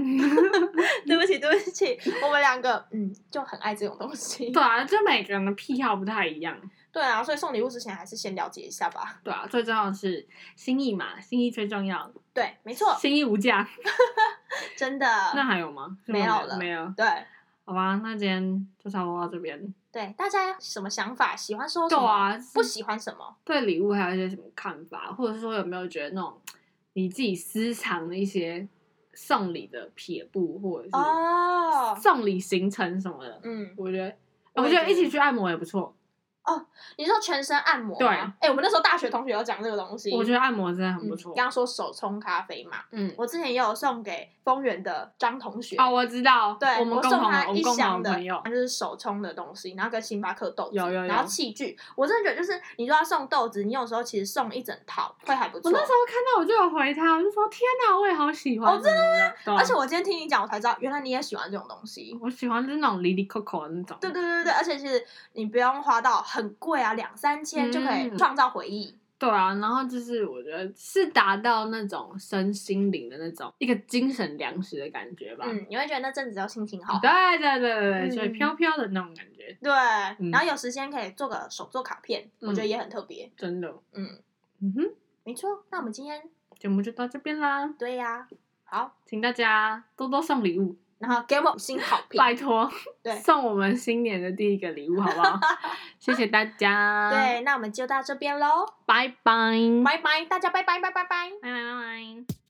Speaker 2: 对不起，对不起，我们两个嗯就很爱这种东西。
Speaker 3: 对啊，就每个人的癖好不太一样，
Speaker 2: 对啊，所以送礼物之前还是先了解一下吧。
Speaker 3: 对啊，最重要的是心意嘛，心意最重要，
Speaker 2: 对，没错，
Speaker 3: 心意无价。
Speaker 2: 真的。
Speaker 3: 那还有吗？是吗
Speaker 2: 没有了
Speaker 3: 没有。
Speaker 2: 对
Speaker 3: 好吧，那今天就差不多到这边。
Speaker 2: 对，大家什么想法？喜欢收什
Speaker 3: 对
Speaker 2: 么？
Speaker 3: 啊，
Speaker 2: 不喜欢什么？
Speaker 3: 对礼物还有一些什么看法，或者是说有没有觉得那种你自己私藏的一些送礼的撇步，或者是
Speaker 2: 哦，
Speaker 3: 送礼行程什么的？
Speaker 2: 嗯，
Speaker 3: 我觉得，
Speaker 2: 我
Speaker 3: 我
Speaker 2: 也
Speaker 3: 觉得一
Speaker 2: 觉得
Speaker 3: 起去按摩也不错。
Speaker 2: 你说全身按摩吗？
Speaker 3: 对
Speaker 2: 哎、我们那时候大学同学有讲这个东西，
Speaker 3: 我觉得按摩真的很
Speaker 2: 嗯
Speaker 3: 不错。
Speaker 2: 刚刚说手冲咖啡嘛，
Speaker 3: 嗯，
Speaker 2: 我之前也有送给丰原的张同学，
Speaker 3: 哦，我知道，
Speaker 2: 对，
Speaker 3: 我
Speaker 2: 我
Speaker 3: 们共
Speaker 2: 送
Speaker 3: 同
Speaker 2: 他
Speaker 3: 的，我
Speaker 2: 一
Speaker 3: 们共
Speaker 2: 箱
Speaker 3: 同
Speaker 2: 的，
Speaker 3: 的朋友
Speaker 2: 它，就是手冲的东西，然后跟星巴克豆子，
Speaker 3: 有有有
Speaker 2: 然后器具，我真的觉得就是你说要送豆子，你有时候其实送一整套会还不
Speaker 3: 我
Speaker 2: 错
Speaker 3: 那。时候看到我就有回他，我就说天哪，我也好喜欢。
Speaker 2: 哦
Speaker 3: 真的吗？对啊
Speaker 2: 而且我今天听你讲，我才知道原来你也喜欢这种东西。
Speaker 3: 我喜欢就是那种离离扣扣的那种。
Speaker 2: 对对对对，而且其实你不用花到很贵啊，两三千
Speaker 3: 嗯
Speaker 2: 就可以创造回忆。
Speaker 3: 对啊，然后就是我觉得是达到那种身心灵的那种一个精神粮食的感觉吧。
Speaker 2: 嗯，你会觉得那阵子就心情好。
Speaker 3: 对对对对对，
Speaker 2: 嗯
Speaker 3: 所以飘飘的那种感觉，
Speaker 2: 对，然后有时间可以做个手作卡片，我觉得
Speaker 3: 嗯
Speaker 2: 也很特别。
Speaker 3: 真的。
Speaker 2: 嗯，
Speaker 3: 嗯哼，
Speaker 2: 没错。那我们今天
Speaker 3: 节目就到这边啦，
Speaker 2: 对呀、啊好，
Speaker 3: 请大家多多送礼物，
Speaker 2: 然后给我们五星好评。
Speaker 3: 拜托
Speaker 2: 对，
Speaker 3: 送我们新年的第一个礼物好不好？谢谢大家，，
Speaker 2: 对，那我们就到这边喽，
Speaker 3: 拜拜，
Speaker 2: 拜拜，大家拜拜拜拜拜。
Speaker 3: 拜拜拜拜。